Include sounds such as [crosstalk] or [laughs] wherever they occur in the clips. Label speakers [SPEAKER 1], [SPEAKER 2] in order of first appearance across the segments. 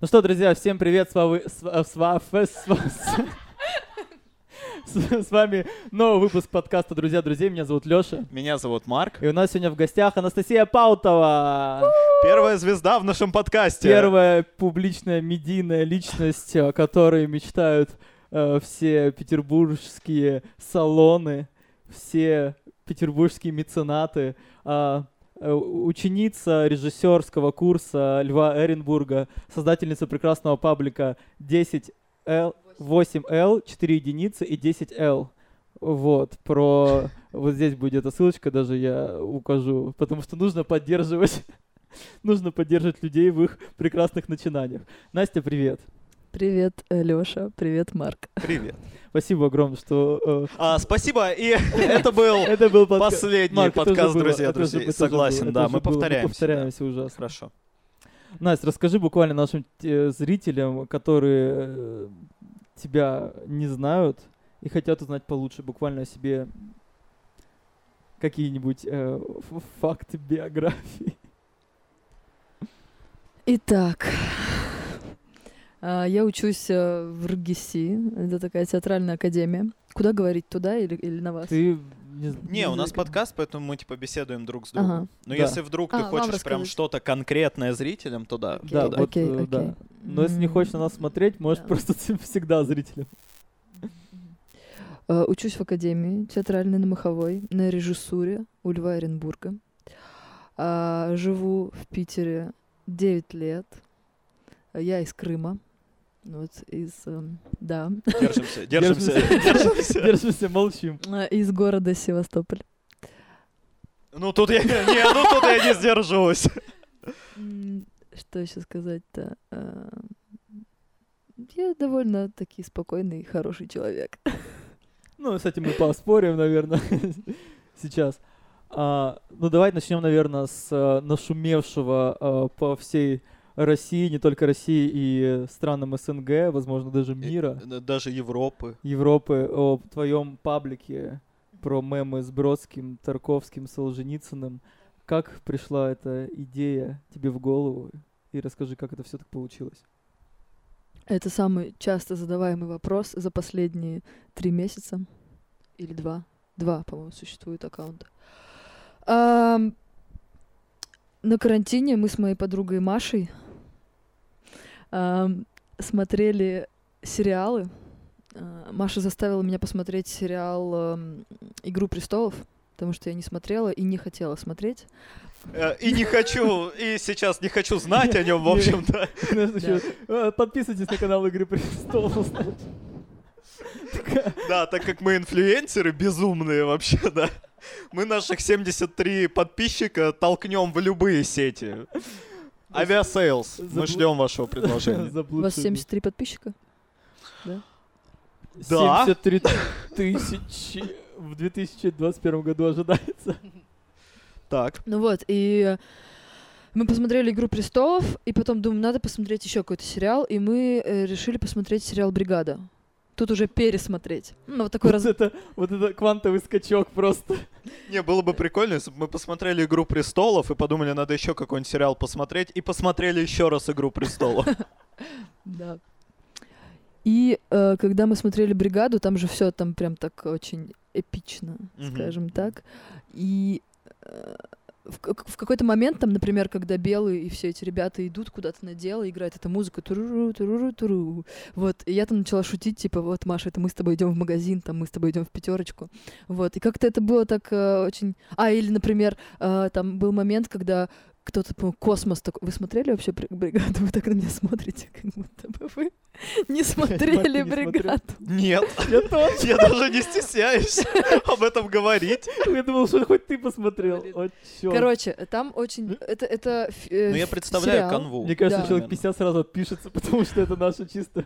[SPEAKER 1] Ну что, друзья, всем привет, с вами, с, э, с ва- ф- с ва- с- с- с вами новый выпуск подкаста «Друзья друзей». Меня зовут Леша.
[SPEAKER 2] Меня зовут Марк.
[SPEAKER 1] И у нас сегодня в гостях Анастасия Паутова,
[SPEAKER 2] Первая звезда в нашем подкасте.
[SPEAKER 1] первая публичная медийная личность, э, о которой мечтают э, все петербургские салоны, все петербургские меценаты, а, э, ученица режиссерского курса Льва Эренбурга, создательница прекрасного паблика 10L, 8L, 4 единицы и 10L. Вот, про... Вот здесь будет ссылочка, даже я укажу, потому что нужно поддерживать [laughs] нужно поддерживать людей в их прекрасных начинаниях. Настя, привет.
[SPEAKER 3] Привет, Лёша. Привет, Марк.
[SPEAKER 2] Привет.
[SPEAKER 1] Спасибо огромное, что
[SPEAKER 2] А, спасибо, и [laughs] это был
[SPEAKER 1] э, это был подка-
[SPEAKER 2] последний
[SPEAKER 1] Марк, это
[SPEAKER 2] подкаст,
[SPEAKER 1] уже было,
[SPEAKER 2] друзья,
[SPEAKER 1] это уже-
[SPEAKER 2] друзей.
[SPEAKER 1] это уже было,
[SPEAKER 2] Согласен,
[SPEAKER 1] это
[SPEAKER 2] да, мы
[SPEAKER 1] уже было,
[SPEAKER 2] повторяемся.
[SPEAKER 1] повторяемся ужасно.
[SPEAKER 2] Хорошо.
[SPEAKER 1] Настя, расскажи буквально нашим э, зрителям, которые э, тебя не знают и хотят узнать получше буквально о себе какие-нибудь э, ф- факты биографии.
[SPEAKER 3] Итак, а, я учусь э, в РГИСИ. Это такая театральная академия. Куда говорить, туда или, или на
[SPEAKER 1] [laughs]
[SPEAKER 3] вас?
[SPEAKER 1] Ты не, з-
[SPEAKER 2] Не, у нас
[SPEAKER 1] знаю,
[SPEAKER 2] подкаст, поэтому мы типа беседуем друг с другом.
[SPEAKER 3] Ага.
[SPEAKER 1] Да.
[SPEAKER 2] Но если вдруг
[SPEAKER 3] А,
[SPEAKER 2] ты
[SPEAKER 3] вам
[SPEAKER 2] хочешь прям
[SPEAKER 3] рассказать.
[SPEAKER 2] что-то конкретное зрителям, то да.
[SPEAKER 3] Окей,
[SPEAKER 1] да,
[SPEAKER 2] да.
[SPEAKER 1] вот,
[SPEAKER 3] окей,
[SPEAKER 1] э,
[SPEAKER 3] окей.
[SPEAKER 1] да. Но если не хочешь на нас смотреть, можешь
[SPEAKER 3] Да.
[SPEAKER 1] просто [laughs] всегда зрителям.
[SPEAKER 3] Э, Учусь в академии театральной на Маховой, на режиссуре у Льва Оренбурга. А, Живу в Питере 9 лет. Э, Я из Крыма. Вот из... эм, Да. [laughs]
[SPEAKER 2] Держимся, держимся, держимся.
[SPEAKER 1] Держимся, молчим.
[SPEAKER 3] Э, Из города Севастополь.
[SPEAKER 2] Ну тут я не, ну тут я не сдержусь.
[SPEAKER 3] М, Что еще сказать-то? А, Я довольно таки спокойный и хороший человек.
[SPEAKER 1] Ну, с этим мы поспорим, наверное, [laughs] сейчас. А, ну, давай начнем, наверное, с э, нашумевшего э, по всей России, не только России и странам СНГ, возможно, даже мира,
[SPEAKER 2] Э, Даже Европы.
[SPEAKER 1] Европы, о твоем паблике про мемы с Бродским, Тарковским, Солженицыным. Как пришла эта идея тебе в голову? И расскажи, как это все так получилось. [laughs]
[SPEAKER 3] Это самый часто задаваемый вопрос за последние три месяца. Или два. Два, по-моему, существует аккаунта. Ам, На карантине мы с моей подругой Машей ам, смотрели сериалы. А, Маша заставила меня посмотреть сериал ам, «Игру престолов», потому что я не смотрела и не хотела смотреть.
[SPEAKER 2] Э, И не хочу, и сейчас не хочу знать о нем, в общем-то.
[SPEAKER 1] Знаешь, ещё, «А, Подписывайтесь на канал Игры Престолов. знаешь.
[SPEAKER 2] Да, так как мы инфлюенсеры безумные вообще, [laughs] да. Мы наших 73 подписчика толкнем в любые сети. Авиасейлс,
[SPEAKER 1] Забл-
[SPEAKER 2] мы ждем вашего
[SPEAKER 1] [laughs]
[SPEAKER 2] [laughs] предложения.
[SPEAKER 3] У вас
[SPEAKER 1] Заблудший.
[SPEAKER 3] 73 подписчика?
[SPEAKER 2] Да.
[SPEAKER 1] 73 тысячи в 2021 году ожидается.
[SPEAKER 2] Так.
[SPEAKER 3] Ну вот, и э, мы посмотрели «Игру престолов», и потом думаем, надо посмотреть еще какой-то сериал, и мы э, решили посмотреть сериал «Бригада». Тут уже пересмотреть. Ну, вот такой раз...
[SPEAKER 1] Вот это, вот это квантовый скачок просто.
[SPEAKER 2] Не, было бы прикольно, если бы мы посмотрели «Игру престолов» и подумали, надо еще какой-нибудь сериал посмотреть, и посмотрели еще раз «Игру [laughs] престолов».
[SPEAKER 3] Да. И э, когда мы смотрели «Бригаду», там же все там прям так очень эпично,
[SPEAKER 2] Мгм.
[SPEAKER 3] скажем так. И э, в, как- в какой-то момент, там, например, когда белые и все эти ребята идут куда-то на дело, играет эта музыка, туру туру туру Вот, и я там начала шутить, типа, вот, Маша, это мы с тобой идем в магазин, там, мы с тобой идем в пятерочку. Вот, и как-то это было так э, очень... А, или, например, э, там был момент, когда кто-то, по космос такой... Вы смотрели вообще «Бри- бригаду? Вы так на меня смотрите, как будто бы вы [laughs] не
[SPEAKER 1] Марк, ты
[SPEAKER 3] смотрели
[SPEAKER 1] не смотрел?
[SPEAKER 3] бригаду.
[SPEAKER 2] Нет,
[SPEAKER 1] Я тоже.
[SPEAKER 2] я даже не [laughs] стесняюсь об этом говорить.
[SPEAKER 1] Я думал, что хоть ты посмотрел.
[SPEAKER 3] Блин.
[SPEAKER 1] О, чёрт.
[SPEAKER 3] Короче, там очень... Это, это ф- э,
[SPEAKER 2] Но Ну, я
[SPEAKER 3] ф-
[SPEAKER 2] представляю
[SPEAKER 3] сериал.
[SPEAKER 2] канву.
[SPEAKER 1] Мне кажется,
[SPEAKER 3] Да.
[SPEAKER 1] человек 50 сразу отпишется, потому что это наше чисто,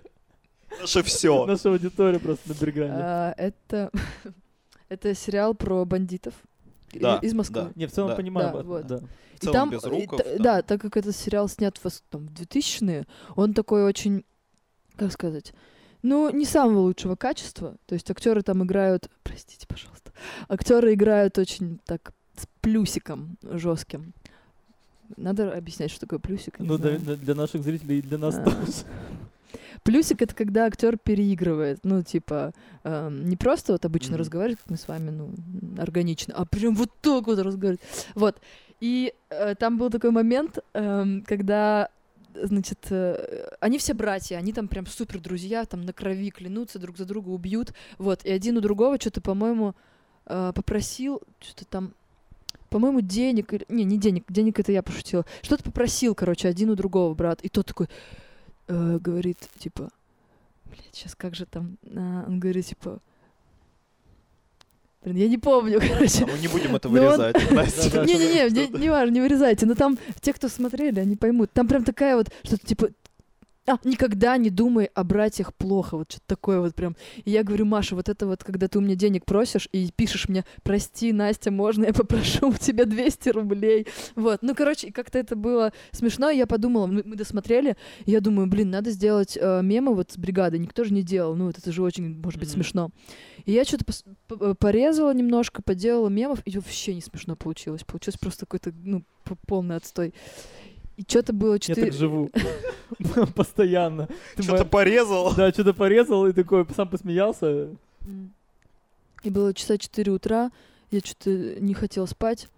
[SPEAKER 2] Наше все.
[SPEAKER 1] наша аудитория просто на Берграме.
[SPEAKER 3] А, это... [laughs] это сериал про бандитов и-
[SPEAKER 2] Да,
[SPEAKER 3] из Москвы.
[SPEAKER 2] да.
[SPEAKER 1] Не, в целом
[SPEAKER 2] Да.
[SPEAKER 1] понимаю.
[SPEAKER 3] Да,
[SPEAKER 1] об этом,
[SPEAKER 3] вот.
[SPEAKER 1] да.
[SPEAKER 2] В
[SPEAKER 3] И
[SPEAKER 2] целом
[SPEAKER 3] там,
[SPEAKER 2] без
[SPEAKER 3] и
[SPEAKER 2] руков.
[SPEAKER 3] та-
[SPEAKER 2] там.
[SPEAKER 3] Да, так как этот сериал снят в вос- там, в 2000-е, он такой очень, как сказать, ну, не самого лучшего качества. То есть актеры там играют, простите, пожалуйста, актеры играют очень так с плюсиком жестким. Надо объяснять, что такое плюсик. не
[SPEAKER 1] Ну, для,
[SPEAKER 3] знаю.
[SPEAKER 1] для наших зрителей и для нас
[SPEAKER 3] А.
[SPEAKER 1] тоже. [laughs]
[SPEAKER 3] Плюсик это когда актер переигрывает. Ну, типа, эм, не просто вот обычно
[SPEAKER 2] Мгм.
[SPEAKER 3] разговаривает, как мы с вами, ну, м, органично, а прям вот так вот разговаривает. Вот. И э, там был такой момент, эм, когда значит, э, они все братья, они там прям супер друзья, там на крови клянутся, друг за друга убьют, вот, и один у другого что-то, по-моему, э, попросил, что-то там, по-моему, денег, или- не, не денег, денег это я пошутила, что-то попросил, короче, один у другого брат, и тот такой, э, говорит, типа, блядь, сейчас как же там, а, он говорит, типа, блин, я не помню, [laughs] короче,
[SPEAKER 2] А мы не будем это
[SPEAKER 3] Ну, он-
[SPEAKER 2] вырезать, Настя.
[SPEAKER 1] Да-да.
[SPEAKER 3] не-не-не, не,
[SPEAKER 2] Что-то.
[SPEAKER 3] не важно, не вырезайте. Но там те, кто смотрели, они поймут. Там прям такая вот, что-то типа... А, никогда не думай о братьях плохо. Вот что-то такое вот прям. И я говорю, Маша, вот это вот, когда ты у меня денег просишь и пишешь мне, прости, Настя, можно я попрошу у тебя 200 рублей? Вот. Ну, короче, и как-то это было смешно. и Я подумала, мы, мы досмотрели, и я думаю, блин, надо сделать э, мемы вот с бригадой. Никто же не делал. Ну, вот это же очень, может быть,
[SPEAKER 2] Мгм.
[SPEAKER 3] смешно. И я что-то пос- п- э, порезала немножко, поделала мемов, и вообще не смешно получилось. Получилось просто какой-то, ну, п- полный отстой. И что-то было
[SPEAKER 1] Я
[SPEAKER 3] 4...
[SPEAKER 1] так живу. [laughs] Постоянно. Ты
[SPEAKER 2] Что-то
[SPEAKER 1] мо-
[SPEAKER 2] порезал.
[SPEAKER 1] Да, что-то порезал и такой сам посмеялся.
[SPEAKER 3] М. И было часа 4 утра, я что-то не хотела спать,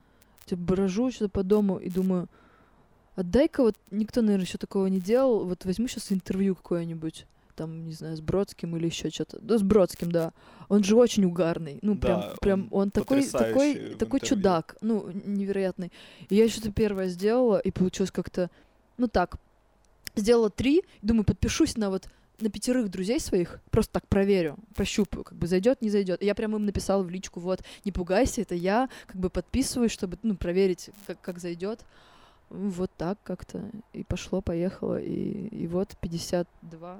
[SPEAKER 3] типа брожу что-то по дому и думаю, отдай-ка вот, никто, наверное, еще такого не делал, вот возьму сейчас интервью какое-нибудь, там, не знаю, с Бродским или еще что-то. Да, с Бродским, да. Он же очень угарный. Ну, прям,
[SPEAKER 2] Да,
[SPEAKER 3] прям
[SPEAKER 2] он
[SPEAKER 3] он, такой,
[SPEAKER 2] потрясающий
[SPEAKER 3] такой,
[SPEAKER 2] в
[SPEAKER 3] такой
[SPEAKER 2] интервью.
[SPEAKER 3] чудак. Ну, невероятный. И я что-то первое сделала, и получилось как-то, ну так, сделала три, думаю, подпишусь на вот на пятерых друзей своих, просто так проверю, прощупаю, как бы зайдет, не зайдет. И я прям им написала в личку, вот, не пугайся, это я, как бы подписываюсь, чтобы, ну, проверить, как, как зайдет. Вот так как-то. И пошло, поехало. И, и вот 52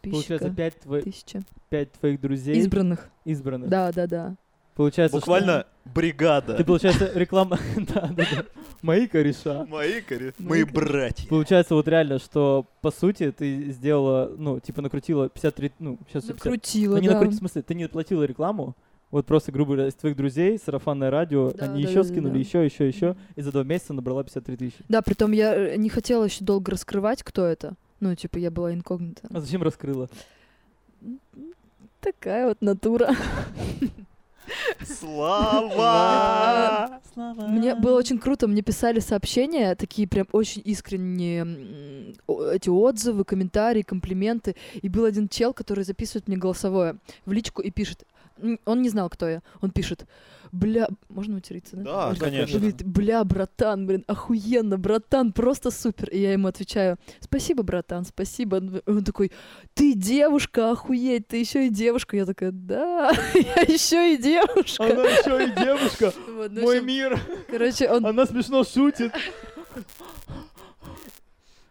[SPEAKER 1] Получается,
[SPEAKER 3] подписчика.
[SPEAKER 1] пять, твои-
[SPEAKER 3] Тысяча.
[SPEAKER 1] пять твоих друзей
[SPEAKER 3] Избранных.
[SPEAKER 1] избранных.
[SPEAKER 3] Да, да, да.
[SPEAKER 1] Получается, что-
[SPEAKER 2] Буквально бригада.
[SPEAKER 1] Ты, получается, реклама... [laughs] Да, да, да. Мои кореша.
[SPEAKER 2] Мои коре- Мои
[SPEAKER 3] Мои коре-
[SPEAKER 2] братья.
[SPEAKER 1] Получается, вот реально, что, по сути, ты сделала, ну, типа накрутила 53... Ну, сейчас...
[SPEAKER 3] Накрутила,
[SPEAKER 1] Ну, не
[SPEAKER 3] да.
[SPEAKER 1] накрутила, в смысле, ты не платила рекламу, вот просто, грубо говоря, из твоих друзей, сарафанное радио,
[SPEAKER 3] Да,
[SPEAKER 1] они
[SPEAKER 3] да,
[SPEAKER 1] еще
[SPEAKER 3] да, да,
[SPEAKER 1] скинули,
[SPEAKER 3] да.
[SPEAKER 1] еще, еще, еще, и за два месяца набрала 53 тысячи.
[SPEAKER 3] Да, притом я э, не хотела еще долго раскрывать, кто это. Ну, типа, я была инкогнита.
[SPEAKER 1] А зачем раскрыла?
[SPEAKER 3] Такая вот натура.
[SPEAKER 2] Слава!
[SPEAKER 3] Мне было очень круто, мне писали сообщения, такие прям очень искренние м, о- эти отзывы, комментарии, комплименты. И был один чел, который записывает мне голосовое в личку и пишет. М, Он не знал, кто я. Он пишет, бля... Можно материться, да?
[SPEAKER 2] Да,
[SPEAKER 3] Говорит,
[SPEAKER 2] конечно.
[SPEAKER 3] Говорит, бля, братан, блин, охуенно, братан, просто супер. И я ему отвечаю, спасибо, братан, спасибо. Он- э, Он такой, ты девушка, охуеть, ты еще и девушка. Я такая, да, [laughs] я еще и девушка.
[SPEAKER 1] Она еще и
[SPEAKER 3] [laughs]
[SPEAKER 1] девушка,
[SPEAKER 3] Вот, ну, в
[SPEAKER 1] мой
[SPEAKER 3] общем,
[SPEAKER 1] мир,
[SPEAKER 3] Короче, он
[SPEAKER 1] она смешно шутит.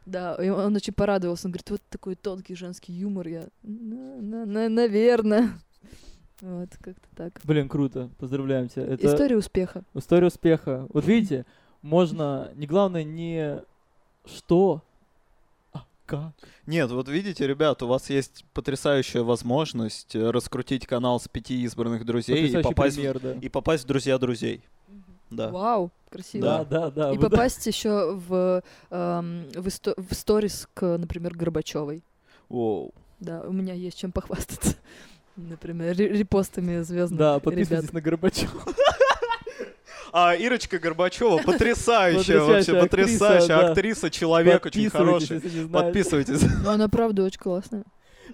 [SPEAKER 3] Да, и он очень порадовался. Он говорит, вот такой тонкий женский юмор. Я, «На- на- на- наверное. [laughs] Вот, как-то так.
[SPEAKER 1] Блин, круто, поздравляем тебя. Это
[SPEAKER 3] История успеха.
[SPEAKER 1] история успеха. Вот видите, можно, не главное, не что, а как.
[SPEAKER 2] Нет, вот видите, ребят, у вас есть потрясающая возможность э, раскрутить канал с пяти избранных друзей и
[SPEAKER 1] Потрясающий
[SPEAKER 2] попасть, в-
[SPEAKER 1] пример, да.
[SPEAKER 2] и попасть в друзья друзей. Да.
[SPEAKER 3] Вау, красиво.
[SPEAKER 1] Да, да, да.
[SPEAKER 3] И
[SPEAKER 1] вот да.
[SPEAKER 3] попасть еще в, эм, в, исто- в сторис к, например, Горбачевой.
[SPEAKER 2] Воу.
[SPEAKER 3] Да, у меня есть чем похвастаться. [laughs] Например, ре- репостами звездных
[SPEAKER 1] Да,
[SPEAKER 3] ребят.
[SPEAKER 1] подписывайтесь на Горбачева.
[SPEAKER 2] А Ирочка
[SPEAKER 1] [laughs]
[SPEAKER 2] Горбачева потрясающая вообще,
[SPEAKER 1] Потрясающая актриса,
[SPEAKER 2] потрясающая
[SPEAKER 1] да.
[SPEAKER 2] актриса, человек очень
[SPEAKER 1] Подписывайтесь,
[SPEAKER 2] хороший.
[SPEAKER 1] если не знаете.
[SPEAKER 2] Подписывайтесь.
[SPEAKER 3] Но она правда очень классная.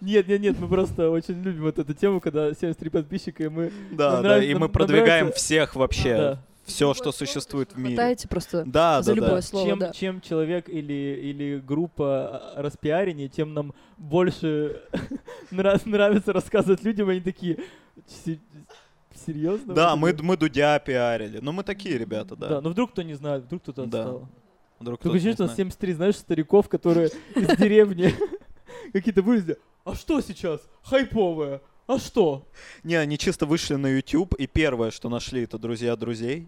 [SPEAKER 1] Нет, нет, нет, мы просто очень любим вот эту тему, когда 73 подписчика, и мы...
[SPEAKER 2] [laughs] Да, да,
[SPEAKER 1] нравится-
[SPEAKER 2] и мы
[SPEAKER 1] нам
[SPEAKER 2] продвигаем
[SPEAKER 1] нравится-
[SPEAKER 2] всех вообще.
[SPEAKER 1] Да.
[SPEAKER 2] Все, что существует в мире.
[SPEAKER 3] Хватаете просто
[SPEAKER 2] Да,
[SPEAKER 3] за
[SPEAKER 2] да,
[SPEAKER 3] любое
[SPEAKER 2] да.
[SPEAKER 3] слово.
[SPEAKER 1] чем,
[SPEAKER 3] да.
[SPEAKER 1] чем человек или, или группа а, распиареннее, тем нам больше [laughs] нра- нравится рассказывать людям, они такие... «Се- Серьезно?
[SPEAKER 2] Да,
[SPEAKER 1] Вот
[SPEAKER 2] мы,
[SPEAKER 1] это?»
[SPEAKER 2] мы Дудя пиарили. Ну, мы такие ребята, да.
[SPEAKER 1] Да, ну вдруг кто не знает, вдруг кто-то
[SPEAKER 2] Да.
[SPEAKER 1] отстал.
[SPEAKER 2] Вдруг
[SPEAKER 1] Только
[SPEAKER 2] кто-то не
[SPEAKER 1] ощущение, что у нас
[SPEAKER 2] знает.
[SPEAKER 1] 73, знаешь, стариков, которые из деревни [laughs] какие-то вылезли. А что сейчас? Хайповое. А что?
[SPEAKER 2] Не, они чисто вышли на YouTube, и первое, что нашли, это друзья друзей.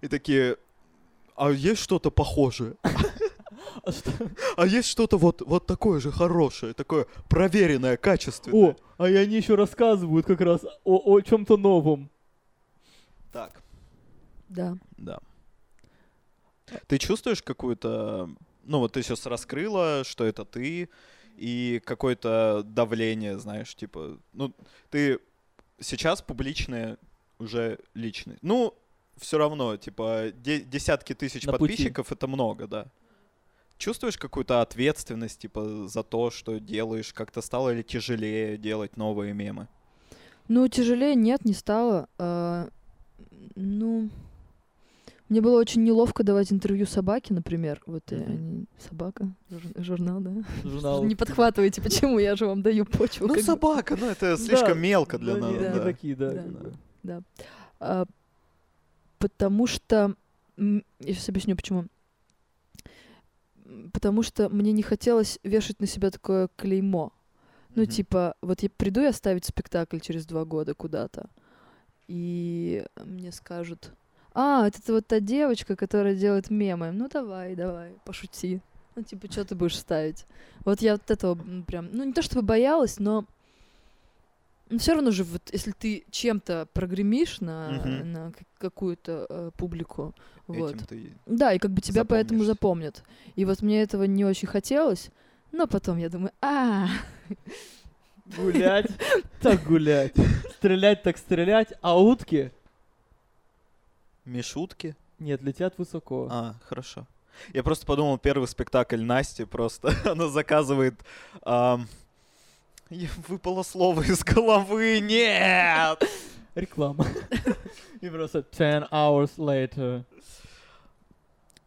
[SPEAKER 2] И такие, а есть что-то похожее?
[SPEAKER 1] А что?
[SPEAKER 2] А есть что-то вот, вот такое же хорошее, такое проверенное, качественное?
[SPEAKER 1] О, а и они еще рассказывают как раз о, о чем-то новом.
[SPEAKER 2] Так,
[SPEAKER 3] Да.
[SPEAKER 2] да. Ты чувствуешь какую-то... Ну, вот ты сейчас раскрыла, что это ты, и какое-то давление, знаешь, типа... Ну, ты сейчас публичная уже личный. Ну, все равно, типа, де- десятки тысяч
[SPEAKER 1] На пути.
[SPEAKER 2] подписчиков — это много, да. Чувствуешь какую-то ответственность, типа, за то, что делаешь? Как-то стало ли тяжелее делать новые мемы?
[SPEAKER 3] Ну, тяжелее нет, не стало. А, ну, мне было очень неловко давать интервью собаке, например. Вот э,
[SPEAKER 2] Мгм.
[SPEAKER 3] они- собака, жур- журнал, да?
[SPEAKER 1] Журнал.
[SPEAKER 3] Не подхватывайте, почему я же вам даю почву. как бы.
[SPEAKER 2] собака, [laughs] ну,
[SPEAKER 1] слишком
[SPEAKER 2] это
[SPEAKER 1] Да,
[SPEAKER 2] слишком мелко для
[SPEAKER 1] Ну,
[SPEAKER 2] нас,
[SPEAKER 1] не- не
[SPEAKER 3] да.
[SPEAKER 1] такие, да.
[SPEAKER 3] Да.
[SPEAKER 1] как бы.
[SPEAKER 3] А, потому что... м, Я сейчас объясню, почему. М, Потому что мне не хотелось вешать на себя такое клеймо. Ну, типа, вот я приду я ставить спектакль через два года куда-то, и мне скажут, а, это ты вот та девочка, которая делает мемы. Ну, давай, давай, пошути. Ну, типа, что ты будешь ставить? Вот я вот этого м, прям, ну, не то чтобы боялась, но все равно же, вот если ты чем-то прогремишь на,
[SPEAKER 2] Мгм.
[SPEAKER 3] на как- какую-то э, публику, вот.
[SPEAKER 2] Этим ты...
[SPEAKER 3] Да, и как бы тебя поэтому
[SPEAKER 2] Запомнишься.
[SPEAKER 3] запомнят. И вот мне этого не очень хотелось, но потом я думаю, а,
[SPEAKER 1] Гулять, так гулять. Стрелять, так стрелять. А утки?
[SPEAKER 2] Мишутки?
[SPEAKER 1] Нет, летят высоко.
[SPEAKER 2] А,
[SPEAKER 3] типа.
[SPEAKER 2] хорошо. Я просто подумал, первый спектакль Насти просто. [laughs] Она заказывает... ам, я- выпало слово из головы. Нет! [laughs]
[SPEAKER 1] Реклама. И просто 10 hours later.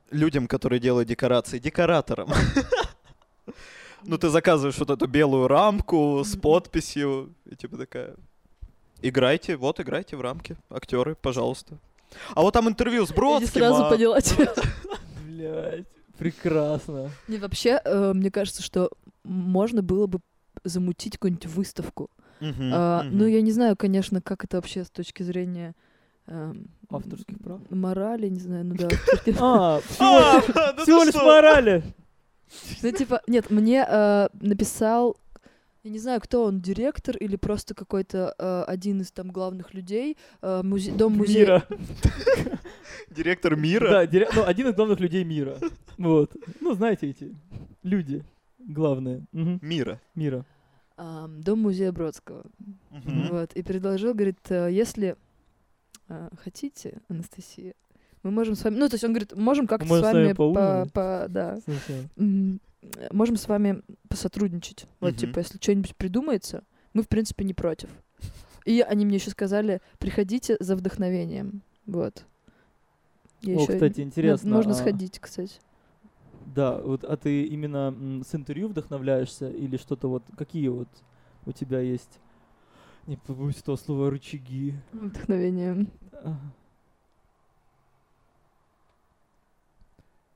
[SPEAKER 2] людям, которые делают декорации, декораторам. [laughs] Ну, ты заказываешь вот эту белую рамку с подписью, и типа такая... Играйте, вот, играйте в рамке, актеры, пожалуйста. А вот там интервью с
[SPEAKER 3] Я не
[SPEAKER 2] Бродским.
[SPEAKER 3] сразу
[SPEAKER 2] а-
[SPEAKER 3] поняла тебя.
[SPEAKER 1] Блять, прекрасно.
[SPEAKER 3] Не, вообще, э, мне кажется, что можно было бы замутить какую-нибудь выставку.
[SPEAKER 2] Мгм,
[SPEAKER 3] А,
[SPEAKER 2] мгм.
[SPEAKER 3] Ну, я не знаю, конечно, как это вообще с точки зрения... эм,
[SPEAKER 1] Авторских прав?
[SPEAKER 3] Морали, не знаю, ну да. авторских-
[SPEAKER 1] А, всего,
[SPEAKER 2] А, [laughs]
[SPEAKER 3] [laughs]
[SPEAKER 2] да ты
[SPEAKER 1] всего лишь
[SPEAKER 2] что?
[SPEAKER 1] морали.
[SPEAKER 3] Ну, типа, нет, мне э, написал, я не знаю, кто он, директор или просто какой-то э, один из там главных людей, э, музе- дом музея.
[SPEAKER 1] Мира.
[SPEAKER 2] Директор мира?
[SPEAKER 1] Да, дире- ну, один из главных людей мира. Вот. Ну, знаете эти люди. Главные. Мгм.
[SPEAKER 2] Мира.
[SPEAKER 1] Мира.
[SPEAKER 3] а, дом музея Бродского.
[SPEAKER 2] Мгм.
[SPEAKER 3] Вот, и предложил, говорит, «Э, если э, хотите, Анастасия, мы можем с вами, ну, то есть он говорит, можем как-то
[SPEAKER 1] Можем
[SPEAKER 3] с вами,
[SPEAKER 1] поужинать».
[SPEAKER 3] по- да,
[SPEAKER 1] В смысле?
[SPEAKER 3] М, э, можем с вами посотрудничать. Вот,
[SPEAKER 2] Мгм.
[SPEAKER 3] типа, если что-нибудь придумается, мы, в принципе, не против. И они мне еще сказали, приходите за вдохновением. Вот. Я
[SPEAKER 1] О,
[SPEAKER 3] ещё-
[SPEAKER 1] кстати,
[SPEAKER 3] м,
[SPEAKER 1] интересно.
[SPEAKER 3] Можно
[SPEAKER 1] а,
[SPEAKER 3] сходить, кстати.
[SPEAKER 1] Да, вот, а ты именно м, с интервью вдохновляешься или что-то вот, какие вот у тебя есть, не побоюсь этого слова, рычаги?
[SPEAKER 3] Вдохновением.
[SPEAKER 1] Ага.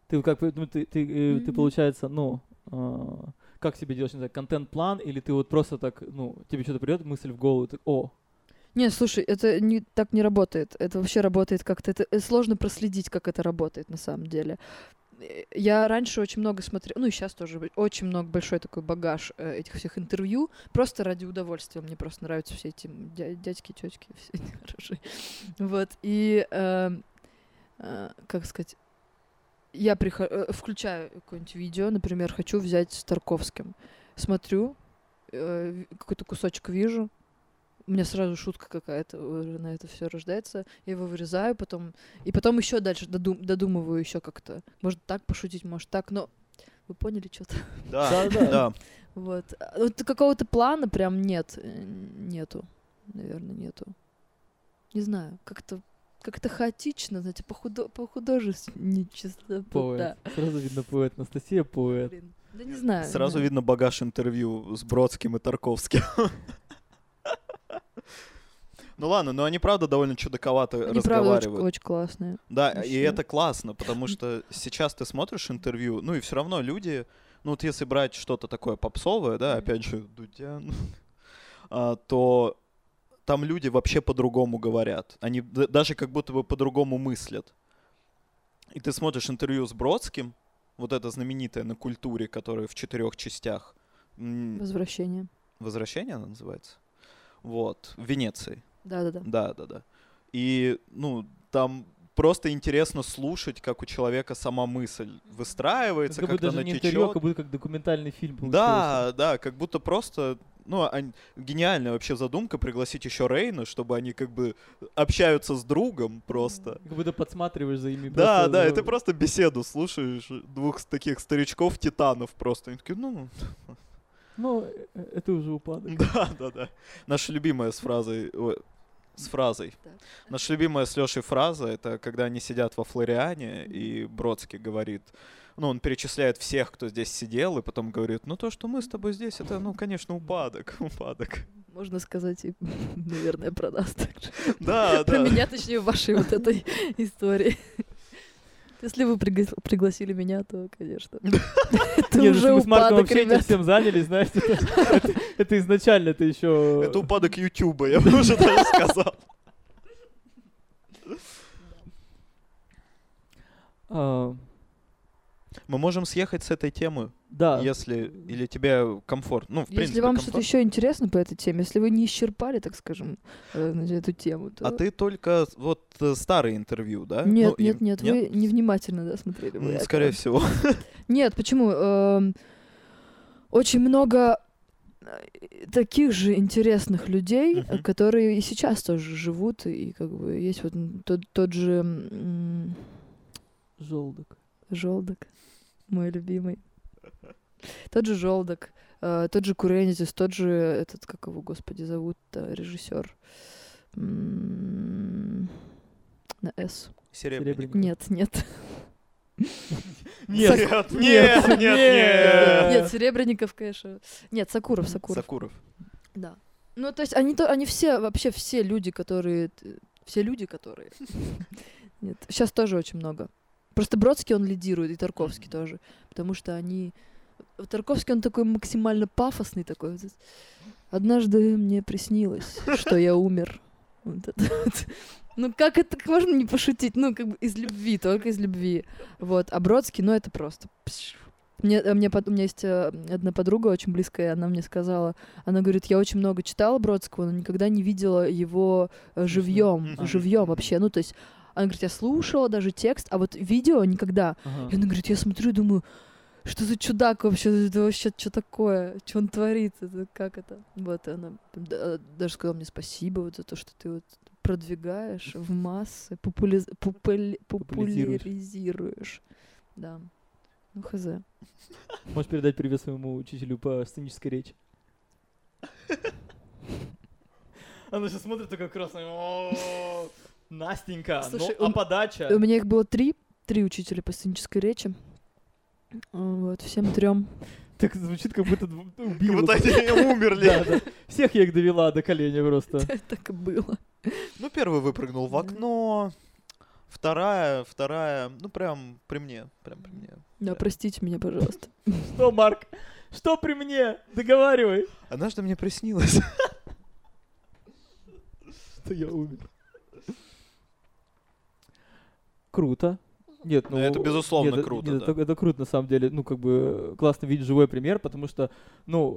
[SPEAKER 1] Ты как, бы, ну, ты, ты, э, ты
[SPEAKER 3] Мгм.
[SPEAKER 1] получается, ну, а, как себе делаешь, не знаю, контент-план, или ты вот просто так, ну, тебе что-то придет мысль в голову, ты, о,
[SPEAKER 3] Не, слушай, это не, так не работает. Это вообще работает как-то. Это э, сложно проследить, как это работает на самом деле. Э, Я раньше очень много смотрела, ну и сейчас тоже б- очень много большой такой багаж э, этих всех интервью, просто ради удовольствия. Мне просто нравятся все эти м, дя- дядьки, тетки, [laughs] все они хорошие. Вот. И э, э, как сказать, я прихо- э, включаю какое-нибудь видео, например, хочу взять с Тарковским. Смотрю, э, ви- какой-то кусочек вижу, у меня сразу шутка какая-то э, на это все рождается. Я его вырезаю потом. И потом еще дальше додум- додумываю еще как-то. Может так пошутить, может так, но вы поняли что-то.
[SPEAKER 2] Да,
[SPEAKER 1] Да-да.
[SPEAKER 2] да.
[SPEAKER 3] [laughs] Вот. А Вот какого-то плана прям нет. э, Нету. Наверное, нету. Не знаю. Как-то как-то хаотично, знаете, по, худо по художественничеству.
[SPEAKER 1] поэт.
[SPEAKER 3] Да.
[SPEAKER 1] Сразу видно поэт, Анастасия поэт.
[SPEAKER 3] Блин. Да не знаю.
[SPEAKER 2] Сразу
[SPEAKER 3] видно.
[SPEAKER 2] видно багаж интервью с Бродским и
[SPEAKER 3] [laughs]
[SPEAKER 2] Тарковским. Ну ладно, но они правда довольно чудаковато
[SPEAKER 3] Они правда очень,
[SPEAKER 2] разговаривают.
[SPEAKER 3] очень классные.
[SPEAKER 2] Да, и
[SPEAKER 3] Вообще.
[SPEAKER 2] это классно, потому что сейчас ты смотришь интервью, ну и все равно люди, ну вот если брать что-то такое попсовое, да,
[SPEAKER 3] Мгм.
[SPEAKER 2] опять же, Дудя, ну, [laughs] а, то там люди вообще по-другому говорят. Они д- даже как будто бы по-другому мыслят. И ты смотришь интервью с Бродским, вот это знаменитое на культуре, которое в четырех частях. М,
[SPEAKER 3] Возвращение.
[SPEAKER 2] Возвращение она называется. Вот, в Венеции.
[SPEAKER 3] Да-да-да.
[SPEAKER 2] Да, да, да. И, ну, там просто интересно слушать, как у человека сама мысль выстраивается,
[SPEAKER 1] Как
[SPEAKER 2] как,
[SPEAKER 1] будто
[SPEAKER 2] она
[SPEAKER 1] даже не
[SPEAKER 2] течет.
[SPEAKER 1] интервью, а как будто как документальный фильм получился.
[SPEAKER 2] Да, да, как будто просто, ну, ань- гениальная вообще задумка пригласить еще Рейна, чтобы они как бы общаются с другом просто.
[SPEAKER 1] Как будто подсматриваешь за ими.
[SPEAKER 2] Да,
[SPEAKER 1] просто,
[SPEAKER 2] да,
[SPEAKER 1] ну,
[SPEAKER 2] и ты просто беседу слушаешь двух с- таких старичков-титанов просто. Они такие, ну,
[SPEAKER 1] Ну, э, это уже упадок.
[SPEAKER 2] [laughs] да, да, да. Наша любимая с фразой, ой, с фразой.
[SPEAKER 3] Так.
[SPEAKER 2] Наша любимая с Лешей фраза, это когда они сидят во Флориане, и Бродский говорит, ну, он перечисляет всех, кто здесь сидел, и потом говорит, ну, то, что мы с тобой здесь, это, ну, конечно, упадок, [laughs] упадок.
[SPEAKER 3] Можно сказать, и, [laughs] наверное, про нас [laughs] так же. [laughs]
[SPEAKER 2] Да,
[SPEAKER 3] Про
[SPEAKER 2] да.
[SPEAKER 3] меня, точнее, в вашей вот этой [laughs] истории. Если вы пригла- пригласили меня, то,
[SPEAKER 2] [laughs]
[SPEAKER 3] конечно. Это
[SPEAKER 2] ну,
[SPEAKER 1] Нет,
[SPEAKER 3] уже
[SPEAKER 1] мы с Марком
[SPEAKER 3] упадок,
[SPEAKER 1] вообще этим
[SPEAKER 3] ребят.
[SPEAKER 1] всем занялись, знаешь, это, это- это изначально, это еще...
[SPEAKER 2] Это упадок Ютуба, я бы уже [laughs] даже сказал.
[SPEAKER 1] А,
[SPEAKER 2] Мы можем съехать с этой темы,
[SPEAKER 1] Да.
[SPEAKER 2] если... Или тебе комфорт. Ну, в
[SPEAKER 3] Если
[SPEAKER 2] принципе,
[SPEAKER 3] вам что-то
[SPEAKER 2] комфорт.
[SPEAKER 3] еще интересно по этой теме, если вы не исчерпали, так скажем, э, значит, эту тему, то...
[SPEAKER 2] А ты только вот э, старые интервью, да?
[SPEAKER 3] Нет,
[SPEAKER 2] Ну, и-
[SPEAKER 3] нет, нет, вы невнимательно, да, смотрели. вы
[SPEAKER 2] М,
[SPEAKER 3] это.
[SPEAKER 2] Скорее всего.
[SPEAKER 3] [laughs] Нет, почему? Эм, Очень много э, таких же интересных людей, э,
[SPEAKER 2] Мгм.
[SPEAKER 3] которые и сейчас тоже живут, и как бы есть вот м, тот, тот же м,
[SPEAKER 1] Желудок.
[SPEAKER 3] Желдок, мой любимый. Тот же Желдок, э, тот же Курензис, тот же этот, как его, господи, зовут э, режиссер. М-м-м, На С.
[SPEAKER 1] Серебряник.
[SPEAKER 3] Нет, нет.
[SPEAKER 1] Нет,
[SPEAKER 2] нет,
[SPEAKER 1] нет,
[SPEAKER 2] нет,
[SPEAKER 1] нет.
[SPEAKER 2] нет.
[SPEAKER 1] Э.
[SPEAKER 3] Нет, Серебренников, конечно. Нет, Сакуров, Сакуров.
[SPEAKER 2] Сакуров.
[SPEAKER 3] Да. Ну, то есть они, то, они все, вообще все люди, которые... т- Все люди, которые... Нет, сейчас тоже очень много. Просто Бродский, он лидирует, и Тарковский тоже. Потому что они... вот Тарковский, он такой максимально пафосный такой. вот этот. Однажды мне приснилось, что я умер. Вот это вот. Ну, как это как можно не пошутить? Ну, как бы из любви, только из любви. Вот. А Бродский, ну, это просто... пш. Мне, э, мне, под- у меня есть э, одна подруга очень близкая, она мне сказала, она говорит, я очень много читала Бродского, но никогда не видела его живьем,
[SPEAKER 2] Мгм.
[SPEAKER 3] живьем вообще. Ну, то есть, она говорит, я слушала даже текст, а вот видео никогда.
[SPEAKER 1] Ага.
[SPEAKER 3] И она говорит, я смотрю и думаю, что за чудак вообще, это вообще что такое, что он творит, это как это. Вот, и она да- даже сказала мне спасибо вот за то, что ты вот продвигаешь в массы, популяз- попули-
[SPEAKER 1] Популяризируешь.
[SPEAKER 3] популяризируешь. Да. Ну, хз.
[SPEAKER 1] Можешь передать привет своему учителю по сценической речи? [laughs] Она сейчас смотрит такая красная. «О, Настенька, ну,
[SPEAKER 3] Слушай,
[SPEAKER 1] а
[SPEAKER 3] у-
[SPEAKER 1] подача?
[SPEAKER 3] У меня их было три, три учителя по сценической речи. Вот, всем трем.
[SPEAKER 1] Так звучит, как будто дв- убила. [laughs]
[SPEAKER 2] Вот они
[SPEAKER 1] Да,
[SPEAKER 2] умерли.
[SPEAKER 1] да. Всех я их довела до коленя просто.
[SPEAKER 3] [laughs] Так и было.
[SPEAKER 2] Ну, первый выпрыгнул в
[SPEAKER 3] Да.
[SPEAKER 2] окно. Вторая, вторая, ну прям при мне, прям при мне.
[SPEAKER 3] Да, простите меня, пожалуйста.
[SPEAKER 1] Что, Марк? Что при мне? Договаривай.
[SPEAKER 2] Однажды мне приснилось. [laughs]
[SPEAKER 1] Что я умер. Круто. Нет, ну...
[SPEAKER 2] Это, безусловно,
[SPEAKER 1] нет,
[SPEAKER 2] круто,
[SPEAKER 1] нет,
[SPEAKER 2] да.
[SPEAKER 1] это, это круто, на самом деле. Ну, как бы, э, классно видеть живой пример, потому что, ну...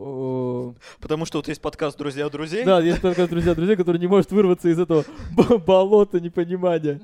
[SPEAKER 1] э,
[SPEAKER 2] Потому что вот есть подкаст «Друзья друзей».
[SPEAKER 1] Да, есть только друзья, друзья, который не может вырваться из этого бо- болота непонимания.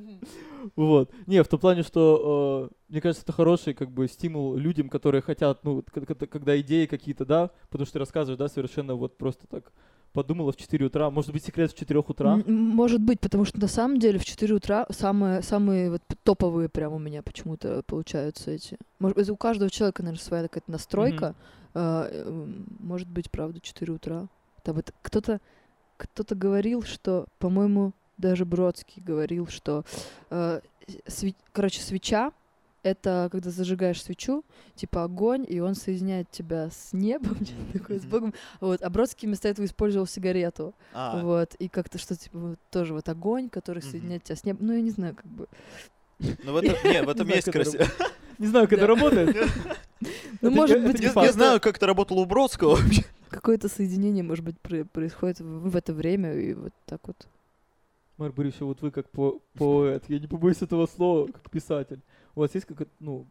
[SPEAKER 1] Вот. Не, в том плане, что э, мне кажется, это хороший как бы стимул людям, которые хотят, ну, вот к- к- когда идеи какие-то, да, потому что ты рассказываешь, да, совершенно вот просто так подумала в 4 утра, может быть, секрет в 4 утра.
[SPEAKER 3] М- м, Может быть, потому что на самом деле в 4 утра самые, самые вот п- топовые прям у меня почему-то получаются эти. Может, это у каждого человека, наверное, своя какая-то настройка. А, э, м, Может быть, правда, 4 утра. Там вот кто-то кто-то говорил, что, по-моему, даже Бродский говорил, что, э, сви- короче, свеча — это когда зажигаешь свечу, типа огонь, и он соединяет тебя с небом, [laughs] такой, с
[SPEAKER 2] Мгм.
[SPEAKER 3] Богом. Вот. А Бродский вместо этого использовал сигарету.
[SPEAKER 2] А,
[SPEAKER 3] Вот, и как-то что типа вот тоже вот огонь, который
[SPEAKER 2] Мгм.
[SPEAKER 3] соединяет тебя с небом. Ну, я не знаю, как бы.
[SPEAKER 2] ну в этом, не, в этом
[SPEAKER 1] знаю,
[SPEAKER 2] есть
[SPEAKER 1] как это
[SPEAKER 2] красиво.
[SPEAKER 1] Не знаю, как это
[SPEAKER 3] Да. [laughs]
[SPEAKER 1] работает.
[SPEAKER 3] Ну,
[SPEAKER 1] Это
[SPEAKER 3] может
[SPEAKER 1] не- это
[SPEAKER 3] быть,
[SPEAKER 1] не
[SPEAKER 2] [laughs] Я
[SPEAKER 1] факт.
[SPEAKER 2] не знаю, как это работало у Бродского [laughs] вообще.
[SPEAKER 3] какое-то соединение, может быть, про- происходит в, в это время, и вот так вот.
[SPEAKER 1] Марк Борисович, вот вы как по- поэт, я не побоюсь этого слова, как писатель. У вас есть какое-то, ну,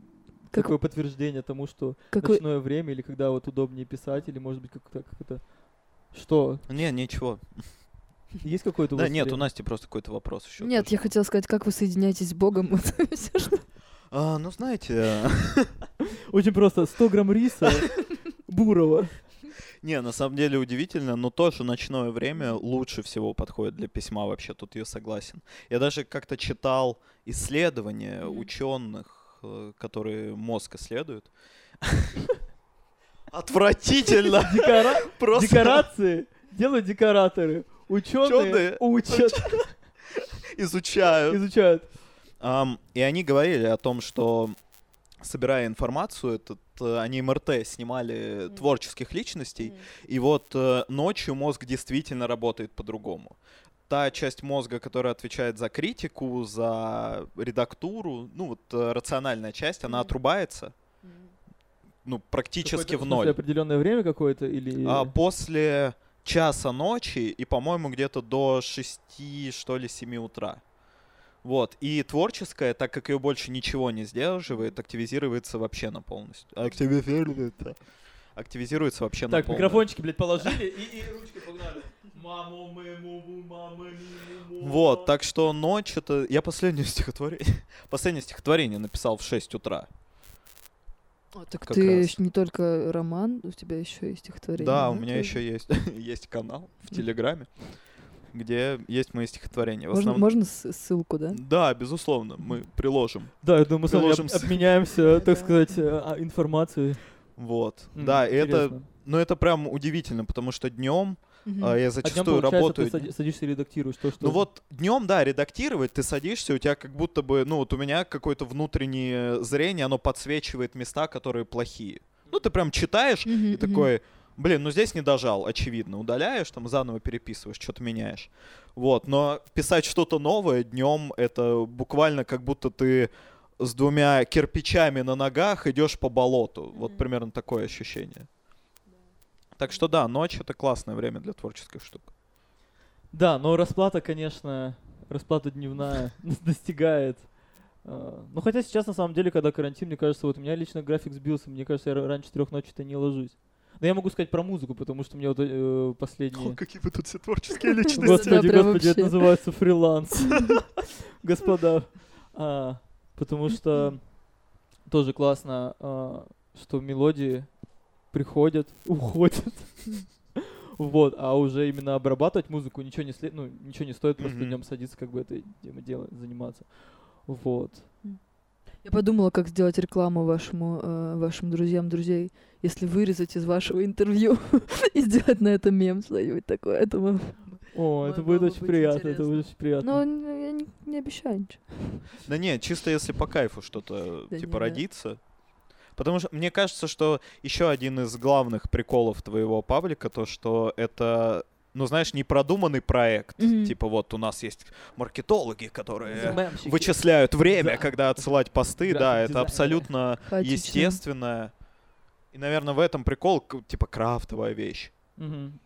[SPEAKER 3] Как-
[SPEAKER 1] какое подтверждение тому, что
[SPEAKER 3] Какой...
[SPEAKER 1] ночное время или когда вот удобнее писать, или может быть как-то как это... Что?
[SPEAKER 2] Не, ничего.
[SPEAKER 1] Есть какой-то у
[SPEAKER 2] Да,
[SPEAKER 1] вас
[SPEAKER 2] нет, у
[SPEAKER 1] время?
[SPEAKER 2] Насти просто какой-то вопрос еще.
[SPEAKER 3] Нет, я хотела сказать, как вы соединяетесь с Богом. [laughs] Вот всё, что-
[SPEAKER 2] А, ну, знаете, э,
[SPEAKER 1] Очень просто 100 грамм риса
[SPEAKER 2] [laughs]
[SPEAKER 1] бурого.
[SPEAKER 2] не, на самом деле удивительно, но то, что ночное время лучше всего подходит для письма вообще, тут я согласен. Я даже как-то читал исследования
[SPEAKER 3] Мгм.
[SPEAKER 2] ученых, э, которые мозг исследуют. [laughs] Отвратительно! [laughs]
[SPEAKER 1] Декора-
[SPEAKER 2] Просто
[SPEAKER 1] Декорации делают декораторы. Ученые
[SPEAKER 2] Учёные
[SPEAKER 1] учат,
[SPEAKER 2] изучаю.
[SPEAKER 1] изучают.
[SPEAKER 2] Ам, и они говорили о том, что собирая информацию, этот, э, они МРТ снимали
[SPEAKER 3] Мгм.
[SPEAKER 2] творческих личностей, и вот э, ночью мозг действительно работает по-другому. Та часть мозга, которая отвечает за критику, за редактуру, ну вот э, рациональная часть, она
[SPEAKER 3] Мгм.
[SPEAKER 2] отрубается, ну практически в ноль.
[SPEAKER 1] определенное время какое-то или...
[SPEAKER 2] А после часа ночи и, по-моему, где-то до 6, что ли, 7 утра. Вот. И творческая, так как ее больше ничего не сдерживает, активизируется вообще на полностью. Активизируется. Активизируется вообще на
[SPEAKER 1] Так,
[SPEAKER 2] полную.
[SPEAKER 1] микрофончики, блядь, положили и, и ручки погнали. Маму, мы, му, му, мамы, ми, му, му.
[SPEAKER 2] Вот, так что ночь это... Я последнее [laughs] стихотворение... Последнее стихотворение написал в 6 утра.
[SPEAKER 3] А, так
[SPEAKER 2] Как
[SPEAKER 3] ты
[SPEAKER 2] раз.
[SPEAKER 3] ещё не только роман, у тебя еще и стихотворение.
[SPEAKER 2] Да, у
[SPEAKER 3] Ну,
[SPEAKER 2] меня
[SPEAKER 3] это-
[SPEAKER 2] еще есть, [laughs] есть канал в Телеграме, где есть мои стихотворения. В
[SPEAKER 3] Можно,
[SPEAKER 2] основном...
[SPEAKER 3] можно с- ссылку, да?
[SPEAKER 2] Да, безусловно, мы приложим.
[SPEAKER 1] Да, я думаю, мы с вами
[SPEAKER 2] Приложим
[SPEAKER 1] об-
[SPEAKER 2] с-
[SPEAKER 1] обменяемся, так
[SPEAKER 3] Да.
[SPEAKER 1] сказать, э, а, информацией.
[SPEAKER 2] Вот.
[SPEAKER 1] М,
[SPEAKER 2] да, и это,
[SPEAKER 1] интересно.
[SPEAKER 2] ну это прям удивительно, потому что днем
[SPEAKER 3] Мгм.
[SPEAKER 2] я
[SPEAKER 1] А днём,
[SPEAKER 2] зачастую
[SPEAKER 1] получается,
[SPEAKER 2] работаю.
[SPEAKER 1] Ты сади- садишься и редактируешь то, что...
[SPEAKER 2] Ну вот днем, да, редактировать, ты садишься, у тебя как будто бы, ну вот у меня какое-то внутреннее зрение, оно подсвечивает места, которые плохие. Ну ты прям читаешь
[SPEAKER 3] Мгм,
[SPEAKER 2] и
[SPEAKER 3] мгм.
[SPEAKER 2] такой, блин, ну здесь не дожал, очевидно, удаляешь, там заново переписываешь, что-то меняешь. Вот, но писать что-то новое днем это буквально как будто ты с двумя кирпичами на ногах идешь по болоту. Вот
[SPEAKER 3] Мгм.
[SPEAKER 2] примерно такое ощущение. Так что да, ночь это классное время для творческих штук.
[SPEAKER 1] Да, но расплата, конечно, расплата дневная [laughs] достигает. э, Ну, хотя сейчас, на самом деле, когда карантин, мне кажется, вот у меня лично график сбился, мне кажется, я ра- раньше трех ночи-то не ложусь. Но я могу сказать про музыку, потому что мне вот э, последние...
[SPEAKER 2] какие вы тут все
[SPEAKER 3] [laughs]
[SPEAKER 2] творческие
[SPEAKER 1] Господи,
[SPEAKER 3] прям
[SPEAKER 1] господи, это
[SPEAKER 3] вообще.
[SPEAKER 1] называется
[SPEAKER 3] [laughs]
[SPEAKER 1] фриланс. Господа. А, Потому что тоже классно, а, что мелодии приходят, уходят. [laughs] Вот, а уже именно обрабатывать музыку ничего не след- ну, ничего не стоит, просто
[SPEAKER 2] Мгм.
[SPEAKER 1] днем садиться, как бы этой темой дела- заниматься. Вот.
[SPEAKER 3] Я подумала, как сделать рекламу вашему, э, вашим друзьям друзей, если вырезать из вашего интервью [laughs] и сделать на этом мем что-нибудь такое. Это мы-
[SPEAKER 1] О,
[SPEAKER 3] Ой,
[SPEAKER 1] это
[SPEAKER 3] было
[SPEAKER 1] будет
[SPEAKER 3] бы
[SPEAKER 1] очень
[SPEAKER 3] быть
[SPEAKER 1] приятно, это
[SPEAKER 3] интересно.
[SPEAKER 1] будет очень приятно.
[SPEAKER 3] Но н- я не, не обещаю ничего.
[SPEAKER 2] Да нет, чисто если по кайфу что-то
[SPEAKER 3] Да не,
[SPEAKER 2] типа
[SPEAKER 3] да.
[SPEAKER 2] родится. Потому что мне кажется, что еще один из главных приколов твоего паблика то, что это, ну знаешь, непродуманный проект.
[SPEAKER 3] Мгм.
[SPEAKER 2] Типа вот у нас есть маркетологи,
[SPEAKER 3] Ну,
[SPEAKER 2] которые
[SPEAKER 1] Мемщики.
[SPEAKER 2] вычисляют время,
[SPEAKER 1] Да.
[SPEAKER 2] когда отсылать посты. Да,
[SPEAKER 1] График
[SPEAKER 2] это
[SPEAKER 1] дизайнера.
[SPEAKER 2] абсолютно
[SPEAKER 3] Хаотично.
[SPEAKER 2] естественное. И, наверное, в этом прикол, к- типа крафтовая вещь. [laughs]
[SPEAKER 1] Мгм.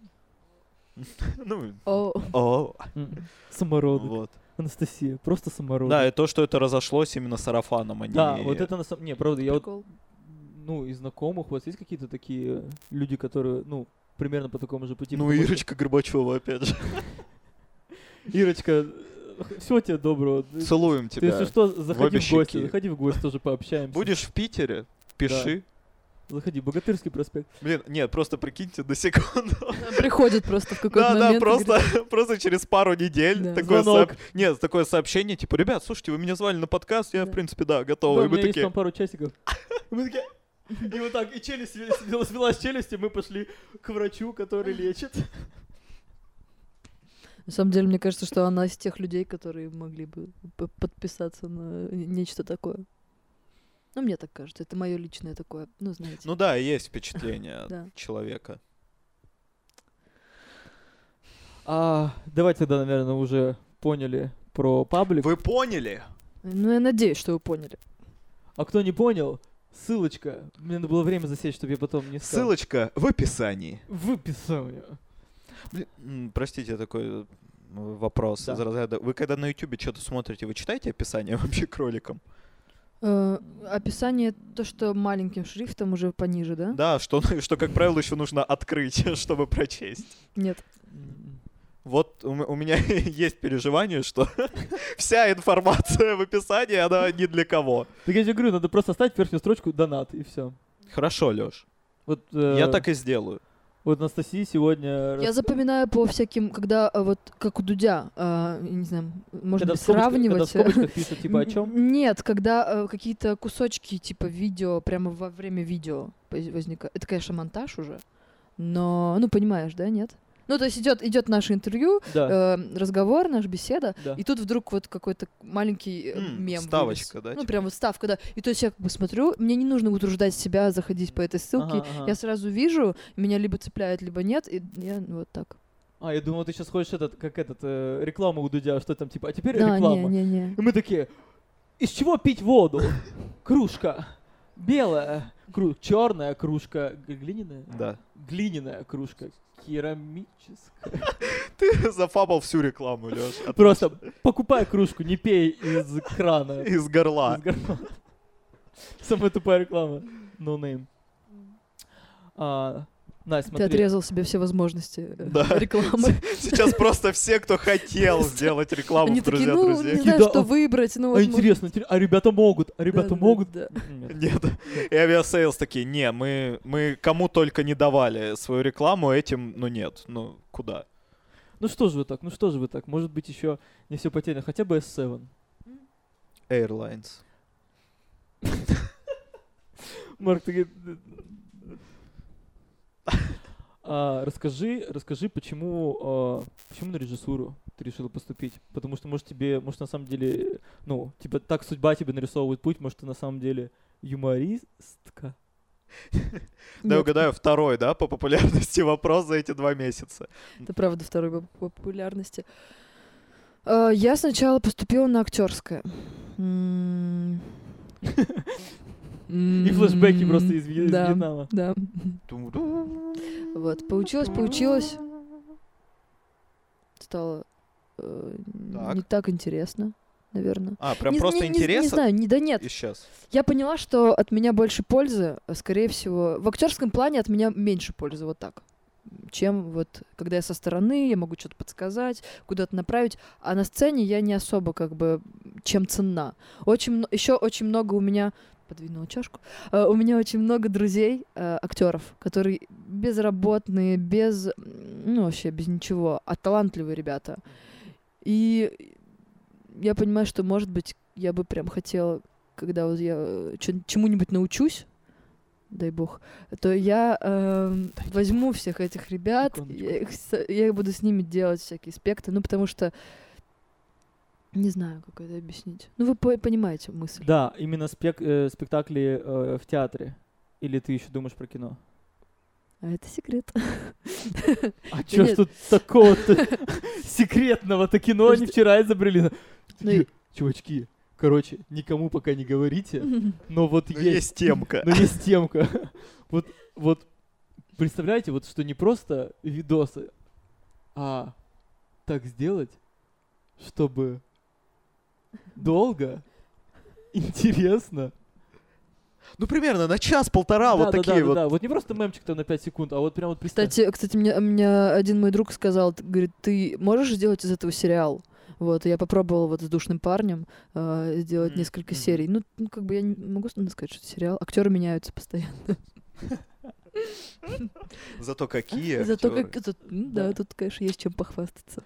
[SPEAKER 2] Ну,
[SPEAKER 3] О,
[SPEAKER 2] о,
[SPEAKER 1] Мгм. Самородок.
[SPEAKER 2] а, вот.
[SPEAKER 1] Анастасия, просто самородок.
[SPEAKER 2] Да, и то, что это разошлось именно с сарафаном, а не...
[SPEAKER 1] Да, вот это типа, на самом... Не, правда, я вот,
[SPEAKER 3] прикол.
[SPEAKER 1] ну, из знакомых, у вас есть какие-то такие люди, которые, ну, примерно по такому же пути?
[SPEAKER 2] Ну,
[SPEAKER 1] потому что-
[SPEAKER 2] Ирочка Горбачева, опять же.
[SPEAKER 1] Ирочка, всего тебе доброго. Ты,
[SPEAKER 2] Целуем
[SPEAKER 1] ты, если
[SPEAKER 2] тебя.
[SPEAKER 1] что, заходи
[SPEAKER 2] обе
[SPEAKER 1] в гости,
[SPEAKER 2] щеки.
[SPEAKER 1] заходи в гости, тоже пообщаемся.
[SPEAKER 2] Будешь в Питере, пиши.
[SPEAKER 1] Заходи, Богатырский проспект.
[SPEAKER 2] Блин, нет, просто прикиньте на секунду.
[SPEAKER 3] Приходит просто в какой-то
[SPEAKER 2] Да,
[SPEAKER 3] момент.
[SPEAKER 2] да,
[SPEAKER 3] и
[SPEAKER 2] просто, [laughs] просто через пару недель
[SPEAKER 3] Да.
[SPEAKER 2] такое
[SPEAKER 1] Звонок.
[SPEAKER 2] сооб- Нет, такое сообщение, типа, ребят, слушайте, вы меня звали на подкаст, я, в
[SPEAKER 3] Да.
[SPEAKER 2] принципе, да,
[SPEAKER 1] Да,
[SPEAKER 2] готова.
[SPEAKER 1] у
[SPEAKER 2] И мы
[SPEAKER 1] меня есть
[SPEAKER 2] такие,
[SPEAKER 1] там пару часиков. И [laughs] мы такие... И вот так, и челюсть све- свела, свела с челюсти, мы пошли к врачу, который лечит.
[SPEAKER 3] говорит, На самом деле, мне кажется, что она из тех людей, которые могли бы п- подписаться на нечто такое. Ну, мне так кажется. Это мое личное такое, ну, знаете.
[SPEAKER 2] Ну да, есть впечатление
[SPEAKER 1] [laughs]
[SPEAKER 3] Да.
[SPEAKER 2] от человека.
[SPEAKER 1] А, давайте тогда, наверное, уже поняли про паблик.
[SPEAKER 2] Вы поняли?
[SPEAKER 3] Ну, я надеюсь, что вы поняли.
[SPEAKER 1] А кто не понял, ссылочка. Мне надо было время засечь, чтобы я потом не стал.
[SPEAKER 2] Ссылочка в описании.
[SPEAKER 1] Выписал я.
[SPEAKER 2] Блин, м, Простите, такой э, вопрос
[SPEAKER 1] Да.
[SPEAKER 2] из разряда. Вы когда на Ютубе что-то смотрите, вы читаете описание [laughs] вообще к роликам?
[SPEAKER 3] Э, описание то, что маленьким шрифтом уже пониже,
[SPEAKER 1] А?
[SPEAKER 3] да?
[SPEAKER 2] [laughs] Да, что, что как правило, еще нужно открыть, чтобы прочесть.
[SPEAKER 3] Нет.
[SPEAKER 1] М.
[SPEAKER 2] Вот у, м- у меня [laughs] есть переживание, что [laughs] вся информация в описании, она ни для кого.
[SPEAKER 1] Так я тебе говорю, надо просто оставить верхнюю строчку донат и все.
[SPEAKER 2] Хорошо, Лёш.
[SPEAKER 1] Вот,
[SPEAKER 2] Я
[SPEAKER 1] э,
[SPEAKER 2] так и сделаю.
[SPEAKER 1] Вот Анастасия сегодня...
[SPEAKER 3] Я запоминаю по всяким, когда э, вот как у Дудя, э, я не знаю, можно
[SPEAKER 1] когда
[SPEAKER 3] ли
[SPEAKER 1] в скобочках-
[SPEAKER 3] сравнивать. э,
[SPEAKER 1] Когда в скобочках пишут, типа, о
[SPEAKER 3] [laughs]
[SPEAKER 1] чем?
[SPEAKER 3] М, Нет, когда э, какие-то кусочки типа видео прямо во время видео поз- возникают. Это, конечно, монтаж уже, но ну понимаешь, да, нет? Ну то есть идет идет наше интервью,
[SPEAKER 1] Да,
[SPEAKER 3] э, разговор, наша беседа,
[SPEAKER 1] да.
[SPEAKER 3] и тут вдруг вот какой-то маленький э,
[SPEAKER 2] М,
[SPEAKER 3] мем. вылез.
[SPEAKER 2] вставочка, да,
[SPEAKER 3] Ну
[SPEAKER 2] типа?
[SPEAKER 3] прям вот ставка, да. И то есть я как бы смотрю, мне не нужно утруждать себя, заходить по этой ссылке.
[SPEAKER 1] Ага, ага.
[SPEAKER 3] Я сразу вижу, меня либо цепляет, либо нет, и я ну, вот так.
[SPEAKER 1] А, я думал, ты сейчас хочешь этот, как этот, э, рекламу у Дудя, что там, типа, а теперь
[SPEAKER 3] Да,
[SPEAKER 1] реклама.
[SPEAKER 3] не, не, не.
[SPEAKER 1] И мы такие, из чего пить воду? Кружка. Белая, кру... черная кружка, г- глиняная?
[SPEAKER 2] Да.
[SPEAKER 1] Глиняная кружка, керамическая.
[SPEAKER 2] Ты [laughs] зафабал всю рекламу, Лёш.
[SPEAKER 1] Просто покупай кружку, не пей из крана.
[SPEAKER 2] Из горла.
[SPEAKER 1] Из горла. [laughs] Самая тупая реклама. No name. А, Настя,
[SPEAKER 3] Ты
[SPEAKER 1] смотри.
[SPEAKER 3] отрезал себе все возможности э,
[SPEAKER 2] Да.
[SPEAKER 3] [laughs] рекламы.
[SPEAKER 2] Сейчас просто все, кто хотел сделать рекламу,
[SPEAKER 3] Они
[SPEAKER 2] в
[SPEAKER 3] такие,
[SPEAKER 2] друзья,
[SPEAKER 3] ну,
[SPEAKER 2] друзей.
[SPEAKER 3] не знаю,
[SPEAKER 1] Да,
[SPEAKER 3] что
[SPEAKER 1] а-
[SPEAKER 3] выбрать. Ну,
[SPEAKER 1] А
[SPEAKER 3] вот мы-
[SPEAKER 1] интересно, интерес- а ребята могут, а ребята
[SPEAKER 3] Да-да-да. [laughs]
[SPEAKER 1] могут?
[SPEAKER 3] Да.
[SPEAKER 1] Нет.
[SPEAKER 2] Нет. И авиасейлс такие, не, мы, мы кому только не давали свою рекламу, этим, ну нет, ну куда?
[SPEAKER 1] Ну что же вы так, ну что же вы так, может быть еще не все потеряно, хотя бы S7.
[SPEAKER 2] Airlines.
[SPEAKER 1] Марк, ты... говорит, А, расскажи, расскажи, почему, а, почему на режиссуру ты решила поступить? Потому что, может, тебе, может, на самом деле, ну, типа, так судьба тебе нарисовывает путь, может, ты на самом деле юмористка?
[SPEAKER 2] Да,
[SPEAKER 3] Нет,
[SPEAKER 2] угадаю, второй, да, по популярности [laughs] вопрос за эти два месяца.
[SPEAKER 3] Это правда второй по по популярности. Э, Я сначала поступила на актерское.
[SPEAKER 1] И
[SPEAKER 3] И
[SPEAKER 1] флешбеки просто из, Ви- из
[SPEAKER 3] да.
[SPEAKER 1] Вьетнама.
[SPEAKER 3] Да.
[SPEAKER 2] Ту-ду.
[SPEAKER 3] Вот, поучилась, поучилась. Стало э, не
[SPEAKER 2] Так.
[SPEAKER 3] так интересно, наверное.
[SPEAKER 2] А, прям
[SPEAKER 3] Не-
[SPEAKER 2] просто
[SPEAKER 3] не- не- Не
[SPEAKER 2] интересно
[SPEAKER 3] знаю, не, да нет.
[SPEAKER 2] исчез.
[SPEAKER 3] Я поняла, что от меня больше пользы, а, скорее всего, в актерском плане от меня меньше пользы, вот так, чем вот когда я со стороны, я могу что-то подсказать, куда-то направить, а на сцене я не особо как бы чем ценна. Очень еще очень много у меня подвинула чашку. э, у меня очень много друзей э, актеров, которые безработные, без ну вообще без ничего, а талантливые ребята. И я понимаю, что может быть я бы прям хотела когда вот я э, чё- чему-нибудь научусь, дай бог, то я эм, возьму всех этих ребят,
[SPEAKER 1] Секундочку.
[SPEAKER 3] я, их с- я буду с ними делать всякие спекты, ну потому что не знаю, как это объяснить. Ну вы по- понимаете мысль.
[SPEAKER 1] Да, именно спек- э, спектакли э, в театре. Или ты еще думаешь про кино?
[SPEAKER 3] А это секрет.
[SPEAKER 1] А чё ж
[SPEAKER 3] нет.
[SPEAKER 1] тут такого-то [laughs] секретного-то кино они
[SPEAKER 3] Просто-
[SPEAKER 1] вчера изобрели?
[SPEAKER 3] [laughs] Ну и-
[SPEAKER 1] Такие, Чувачки, короче, никому пока не
[SPEAKER 3] [laughs]
[SPEAKER 1] говорите, но вот
[SPEAKER 2] Ну,
[SPEAKER 1] есть...
[SPEAKER 2] есть темка.
[SPEAKER 1] Но есть темка. [laughs] Вот, вот, представляете, вот что не просто видосы, а так сделать, чтобы долго, интересно.
[SPEAKER 2] Ну, примерно на час-полтора А, вот
[SPEAKER 1] Да, да,
[SPEAKER 2] такие
[SPEAKER 1] да,
[SPEAKER 2] вот.
[SPEAKER 1] да, да. Вот не просто мемчик там на 5 секунд, а вот прям вот представь.
[SPEAKER 3] Кстати, кстати, мне, мне один мой друг сказал, т- говорит, ты можешь сделать из этого сериал? Вот, и я попробовала вот с душным парнем э, сделать
[SPEAKER 2] Мгм,
[SPEAKER 3] несколько
[SPEAKER 2] мгм.
[SPEAKER 3] серий. Ну, ну, как бы я не могу с- сказать, что это сериал. Актеры меняются постоянно.
[SPEAKER 2] Зато какие
[SPEAKER 3] Зато
[SPEAKER 2] актёры.
[SPEAKER 3] как это- м, да,
[SPEAKER 1] Да.
[SPEAKER 3] тут, конечно, есть чем похвастаться.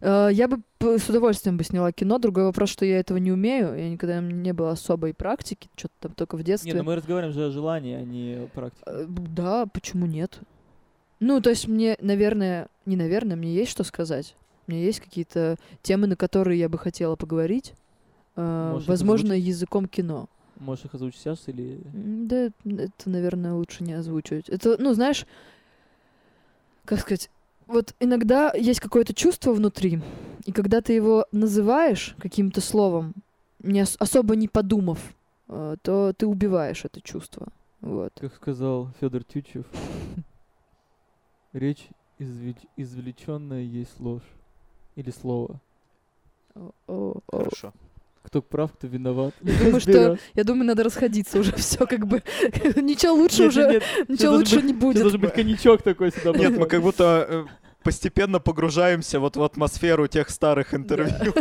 [SPEAKER 3] Э, Я бы п- с удовольствием бы сняла кино. Другой вопрос, что я этого не умею. Я никогда не было особой практики, что-то там только в детстве.
[SPEAKER 1] Не, ну мы разговариваем же о желании, а не о практике.
[SPEAKER 3] Э, б- Да, почему нет? Ну, то есть мне, наверное, не наверное, мне есть что сказать. У меня есть какие-то темы, на которые я бы хотела поговорить. Э,
[SPEAKER 1] Можешь их
[SPEAKER 3] возможно, языком кино.
[SPEAKER 1] Можешь их озвучить сейчас или...
[SPEAKER 3] М, Да, это, наверное, лучше не озвучивать. Это, ну, знаешь, как сказать, вот иногда есть какое-то чувство внутри, и когда ты его называешь каким-то словом, не ос- особо не подумав, э, то ты убиваешь это чувство. Вот.
[SPEAKER 1] Как сказал Федор Тютчев, [laughs] речь извлеченная есть ложь. Или слово.
[SPEAKER 3] О- о- о.
[SPEAKER 2] Хорошо.
[SPEAKER 1] Кто прав, кто виноват.
[SPEAKER 3] Я думаю, [laughs] что я думаю, надо расходиться уже [laughs] все как бы. Ничего лучше уже,
[SPEAKER 1] нет, должен
[SPEAKER 3] ничего лучше
[SPEAKER 1] быть-
[SPEAKER 3] не
[SPEAKER 1] сейчас
[SPEAKER 3] будет.
[SPEAKER 1] должен быть коньячок такой сюда.
[SPEAKER 2] Нет, мы
[SPEAKER 1] просто.
[SPEAKER 2] как будто э, постепенно погружаемся вот в атмосферу тех старых интервью.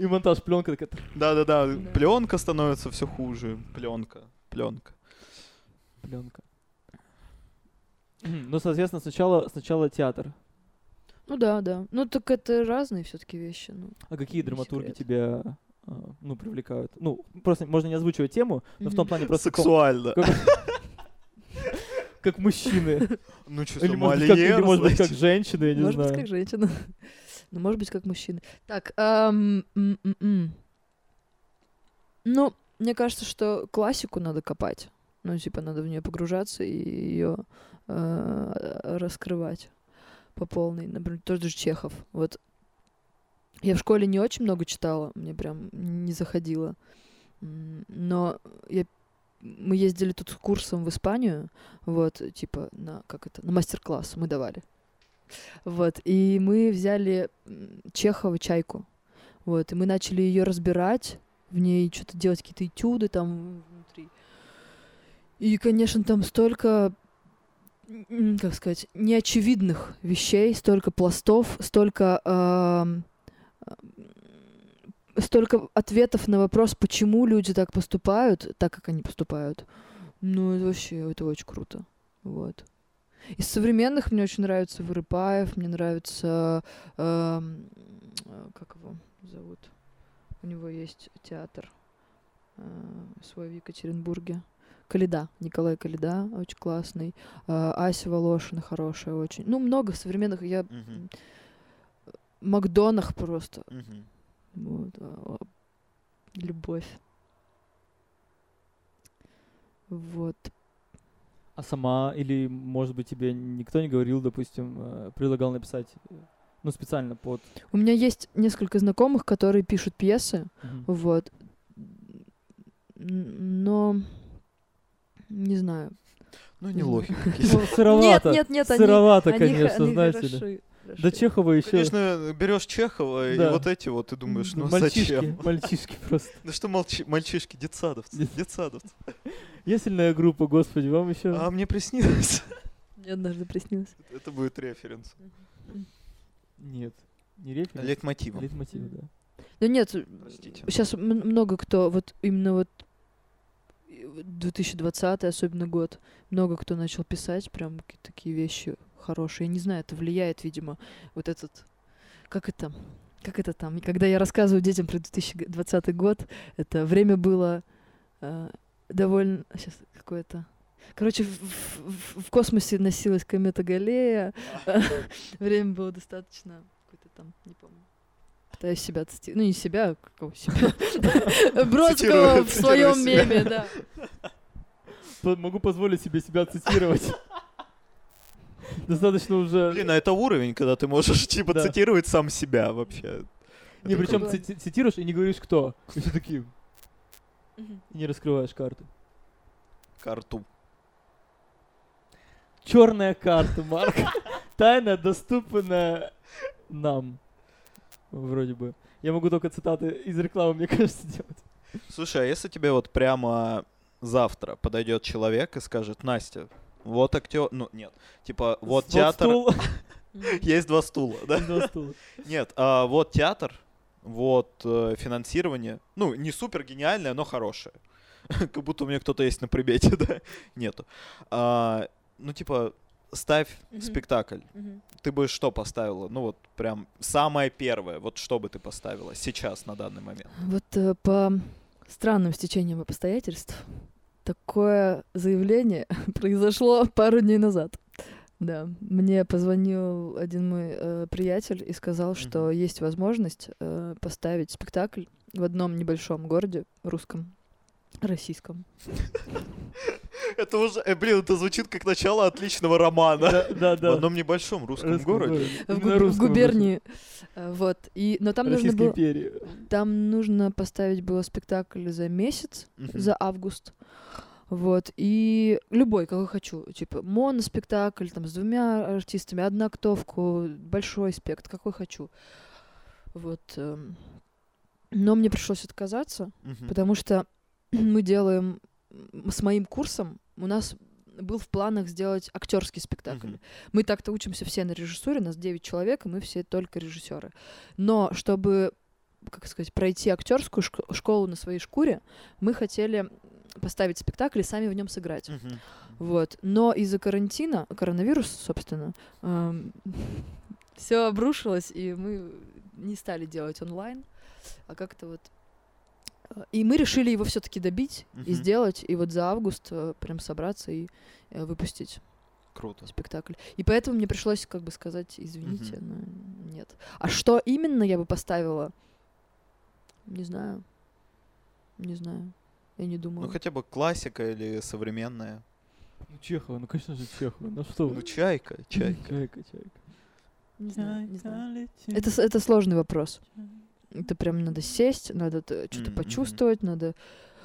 [SPEAKER 1] И монтаж пленка такая. тр-
[SPEAKER 2] Да-да-да,
[SPEAKER 3] Да.
[SPEAKER 2] пленка становится все хуже. Пленка, пленка.
[SPEAKER 1] Пленка. [clears throat] Ну, соответственно, сначала, сначала театр.
[SPEAKER 3] Ну да, да. Ну так это разные все-таки вещи. Ну.
[SPEAKER 1] А какие
[SPEAKER 3] Не
[SPEAKER 1] драматурги
[SPEAKER 3] секрет.
[SPEAKER 1] тебя э, ну, привлекают? Ну, просто можно не озвучивать тему, но в том
[SPEAKER 3] Мгм.
[SPEAKER 1] плане просто как-
[SPEAKER 2] Сексуально.
[SPEAKER 1] как мужчины.
[SPEAKER 2] [laughs] Ну, что,
[SPEAKER 1] Или, может быть, как, или,
[SPEAKER 2] Мольер,
[SPEAKER 1] может быть, как
[SPEAKER 2] знаете?
[SPEAKER 1] женщины, я не
[SPEAKER 3] может
[SPEAKER 1] знаю.
[SPEAKER 3] быть, как женщина. [laughs] ну, может быть, как мужчина. Так, ам, м, м, м. ну, мне кажется, что классику надо копать. Ну, типа, надо в нее погружаться и ее раскрывать по полной. Например, тот же Чехов. Вот я в школе не очень много читала, мне прям не заходило. М, Но я мы ездили тут с курсом в Испанию, вот, типа, на, как это, на мастер-класс мы давали. Вот, и мы взяли м, Чехова чайку. Вот, и мы начали ее разбирать, в ней что-то делать, какие-то этюды там внутри. И, конечно, там столько, м, как сказать, неочевидных вещей, столько пластов, столько ам, ам, столько ответов на вопрос, почему люди так поступают, так как они поступают. Ну, это вообще, это очень круто. Вот. Из современных мне очень нравится Вырыпаев, мне нравится... эм, э, как его зовут? У него есть театр э, свой в Екатеринбурге. Калида, Николай Калида, очень классный. Э, Ася Волошина хорошая очень. Ну, много современных. Я
[SPEAKER 2] Мгм,
[SPEAKER 3] Макдонах просто.
[SPEAKER 2] мгм.
[SPEAKER 3] Вот, а, а, любовь. Вот.
[SPEAKER 1] А сама, или, может быть, тебе никто не говорил, допустим, э, предлагал написать, э, ну, специально под...
[SPEAKER 3] У меня есть несколько знакомых, которые пишут пьесы.
[SPEAKER 1] Мгм.
[SPEAKER 3] Вот. Н- Но не знаю.
[SPEAKER 2] Ну,
[SPEAKER 3] Не
[SPEAKER 2] не
[SPEAKER 3] знаю.
[SPEAKER 2] лохи какие-то.
[SPEAKER 1] Ну, Сыровато.
[SPEAKER 3] Нет, нет, нет, они-
[SPEAKER 1] Сыровато,
[SPEAKER 3] Они х-
[SPEAKER 1] конечно,
[SPEAKER 3] они
[SPEAKER 1] знаете ли.
[SPEAKER 3] хороши, хороши.
[SPEAKER 1] До Чехова еще...
[SPEAKER 2] Конечно, берешь Чехова и
[SPEAKER 1] Да.
[SPEAKER 2] вот эти вот, ты думаешь, ну
[SPEAKER 1] мальчишки,
[SPEAKER 2] зачем?
[SPEAKER 1] мальчишки просто.
[SPEAKER 2] Да что молчи- мальчишки, детсадовцы,
[SPEAKER 1] Дет-
[SPEAKER 2] детсадовцы.
[SPEAKER 1] Ясельная группа, господи, вам еще...
[SPEAKER 2] А мне приснилось.
[SPEAKER 3] Мне однажды приснилось.
[SPEAKER 2] Это будет референс.
[SPEAKER 1] Нет, не референс.
[SPEAKER 2] Лейтмотивом.
[SPEAKER 1] Лейтмотив, да.
[SPEAKER 3] Ну нет,
[SPEAKER 2] Простите.
[SPEAKER 3] сейчас м- много кто, вот именно вот и вот 2020 особенно год, много кто начал писать прям ки- такие вещи хорошие. Я не знаю, это влияет, видимо, вот этот, как это, как это там, когда я рассказываю детям про 2020 год, это время было э, довольно, сейчас какое-то, короче, в, в- в- в космосе носилась комета Галлея, [laughs] время было достаточно, какое-то там, не помню. Пытаюсь себя цити- ну не себя, а какого себя, Бродского
[SPEAKER 2] Цитирую- цитирую
[SPEAKER 3] в своем
[SPEAKER 2] себя.
[SPEAKER 3] меме, да.
[SPEAKER 1] П- Могу позволить себе себя
[SPEAKER 3] [laughs]
[SPEAKER 1] цитировать. Достаточно уже...
[SPEAKER 2] Блин, а это уровень, когда ты можешь [laughs] типа
[SPEAKER 1] Да.
[SPEAKER 2] цитировать сам себя вообще.
[SPEAKER 1] Не,
[SPEAKER 2] Это
[SPEAKER 1] причем
[SPEAKER 3] круто.
[SPEAKER 1] цитируешь и не говоришь кто. И все такие, и не раскрываешь карты.
[SPEAKER 2] Карту.
[SPEAKER 1] Черная карта,
[SPEAKER 3] [laughs]
[SPEAKER 1] Марк. Тайна, доступная нам. Вроде бы. Я могу только цитаты из рекламы, мне кажется, делать.
[SPEAKER 2] Слушай, а если тебе вот прямо завтра подойдет человек и скажет, Настя, вот актер, ну нет, типа вот театр,
[SPEAKER 1] стул [laughs]
[SPEAKER 2] есть два стула, да?
[SPEAKER 1] и два стула.
[SPEAKER 2] Нет, а вот театр, вот э, финансирование, ну не супер гениальное, но хорошее, [laughs] как будто у меня кто-то есть на примете, [laughs] да? Нету. А, ну типа ставь
[SPEAKER 3] Мгм.
[SPEAKER 2] спектакль. Ты бы что поставила? Ну вот прям самое первое. Вот что бы ты поставила сейчас на данный момент?
[SPEAKER 3] Вот э, по странным стечениям обстоятельств такое заявление [laughs] произошло пару дней назад. Да, мне позвонил один мой э, приятель и сказал, что
[SPEAKER 2] Мгм.
[SPEAKER 3] есть возможность э, поставить спектакль в одном небольшом городе русском, российском.
[SPEAKER 2] [laughs] Это уже, э, блин, это звучит как начало отличного романа.
[SPEAKER 1] Да, да,
[SPEAKER 2] В
[SPEAKER 1] да.
[SPEAKER 2] одном небольшом русском
[SPEAKER 1] Русском
[SPEAKER 2] городе.
[SPEAKER 3] В
[SPEAKER 1] Именно
[SPEAKER 3] губ- в
[SPEAKER 1] русском,
[SPEAKER 3] губернии. Э, Вот. И, но там нужно,
[SPEAKER 1] Российской
[SPEAKER 3] было,
[SPEAKER 1] империи.
[SPEAKER 3] там нужно поставить было спектакль за месяц,
[SPEAKER 2] Мгм.
[SPEAKER 3] за август. Вот, и любой, какой хочу, типа моноспектакль, там, с двумя артистами, одна актовку, большой спектр, какой хочу. Вот. эм. Но мне пришлось отказаться, [clears throat]
[SPEAKER 2] Мгм.
[SPEAKER 3] потому что мы делаем м, с моим курсом, у нас был в планах сделать актерский спектакль.
[SPEAKER 2] Мгм.
[SPEAKER 3] Мы так-то учимся все на режиссуре, нас 9 человек, и мы все только режиссеры. Но чтобы, как сказать, пройти актерскую шк- школу на своей шкуре, мы хотели поставить спектакль и сами в нем сыграть.
[SPEAKER 2] Мгм.
[SPEAKER 3] Вот. Но из-за карантина, коронавируса, собственно, [laughs] все обрушилось, и мы не стали делать онлайн, а как-то вот. э, И мы решили его все-таки добить и
[SPEAKER 2] Мгм.
[SPEAKER 3] сделать, и вот за август э, прям собраться и э, выпустить
[SPEAKER 2] Круто.
[SPEAKER 3] спектакль. И поэтому мне пришлось как бы сказать, извините, но нет. А что именно я бы поставила? Не знаю. Не знаю. Я не думала.
[SPEAKER 2] Ну, хотя бы классика или современная.
[SPEAKER 1] Ну, Чехова, ну, конечно же, Чехова. Ну что
[SPEAKER 2] Ну,
[SPEAKER 1] вы?
[SPEAKER 2] чайка,
[SPEAKER 1] [laughs]
[SPEAKER 2] чайка.
[SPEAKER 1] Чайка, чайка.
[SPEAKER 3] не знаю, не знаю.
[SPEAKER 1] летит.
[SPEAKER 3] Это, с- это сложный вопрос. Это прям надо сесть, надо что-то
[SPEAKER 2] Мгм, мгм.
[SPEAKER 3] почувствовать, надо...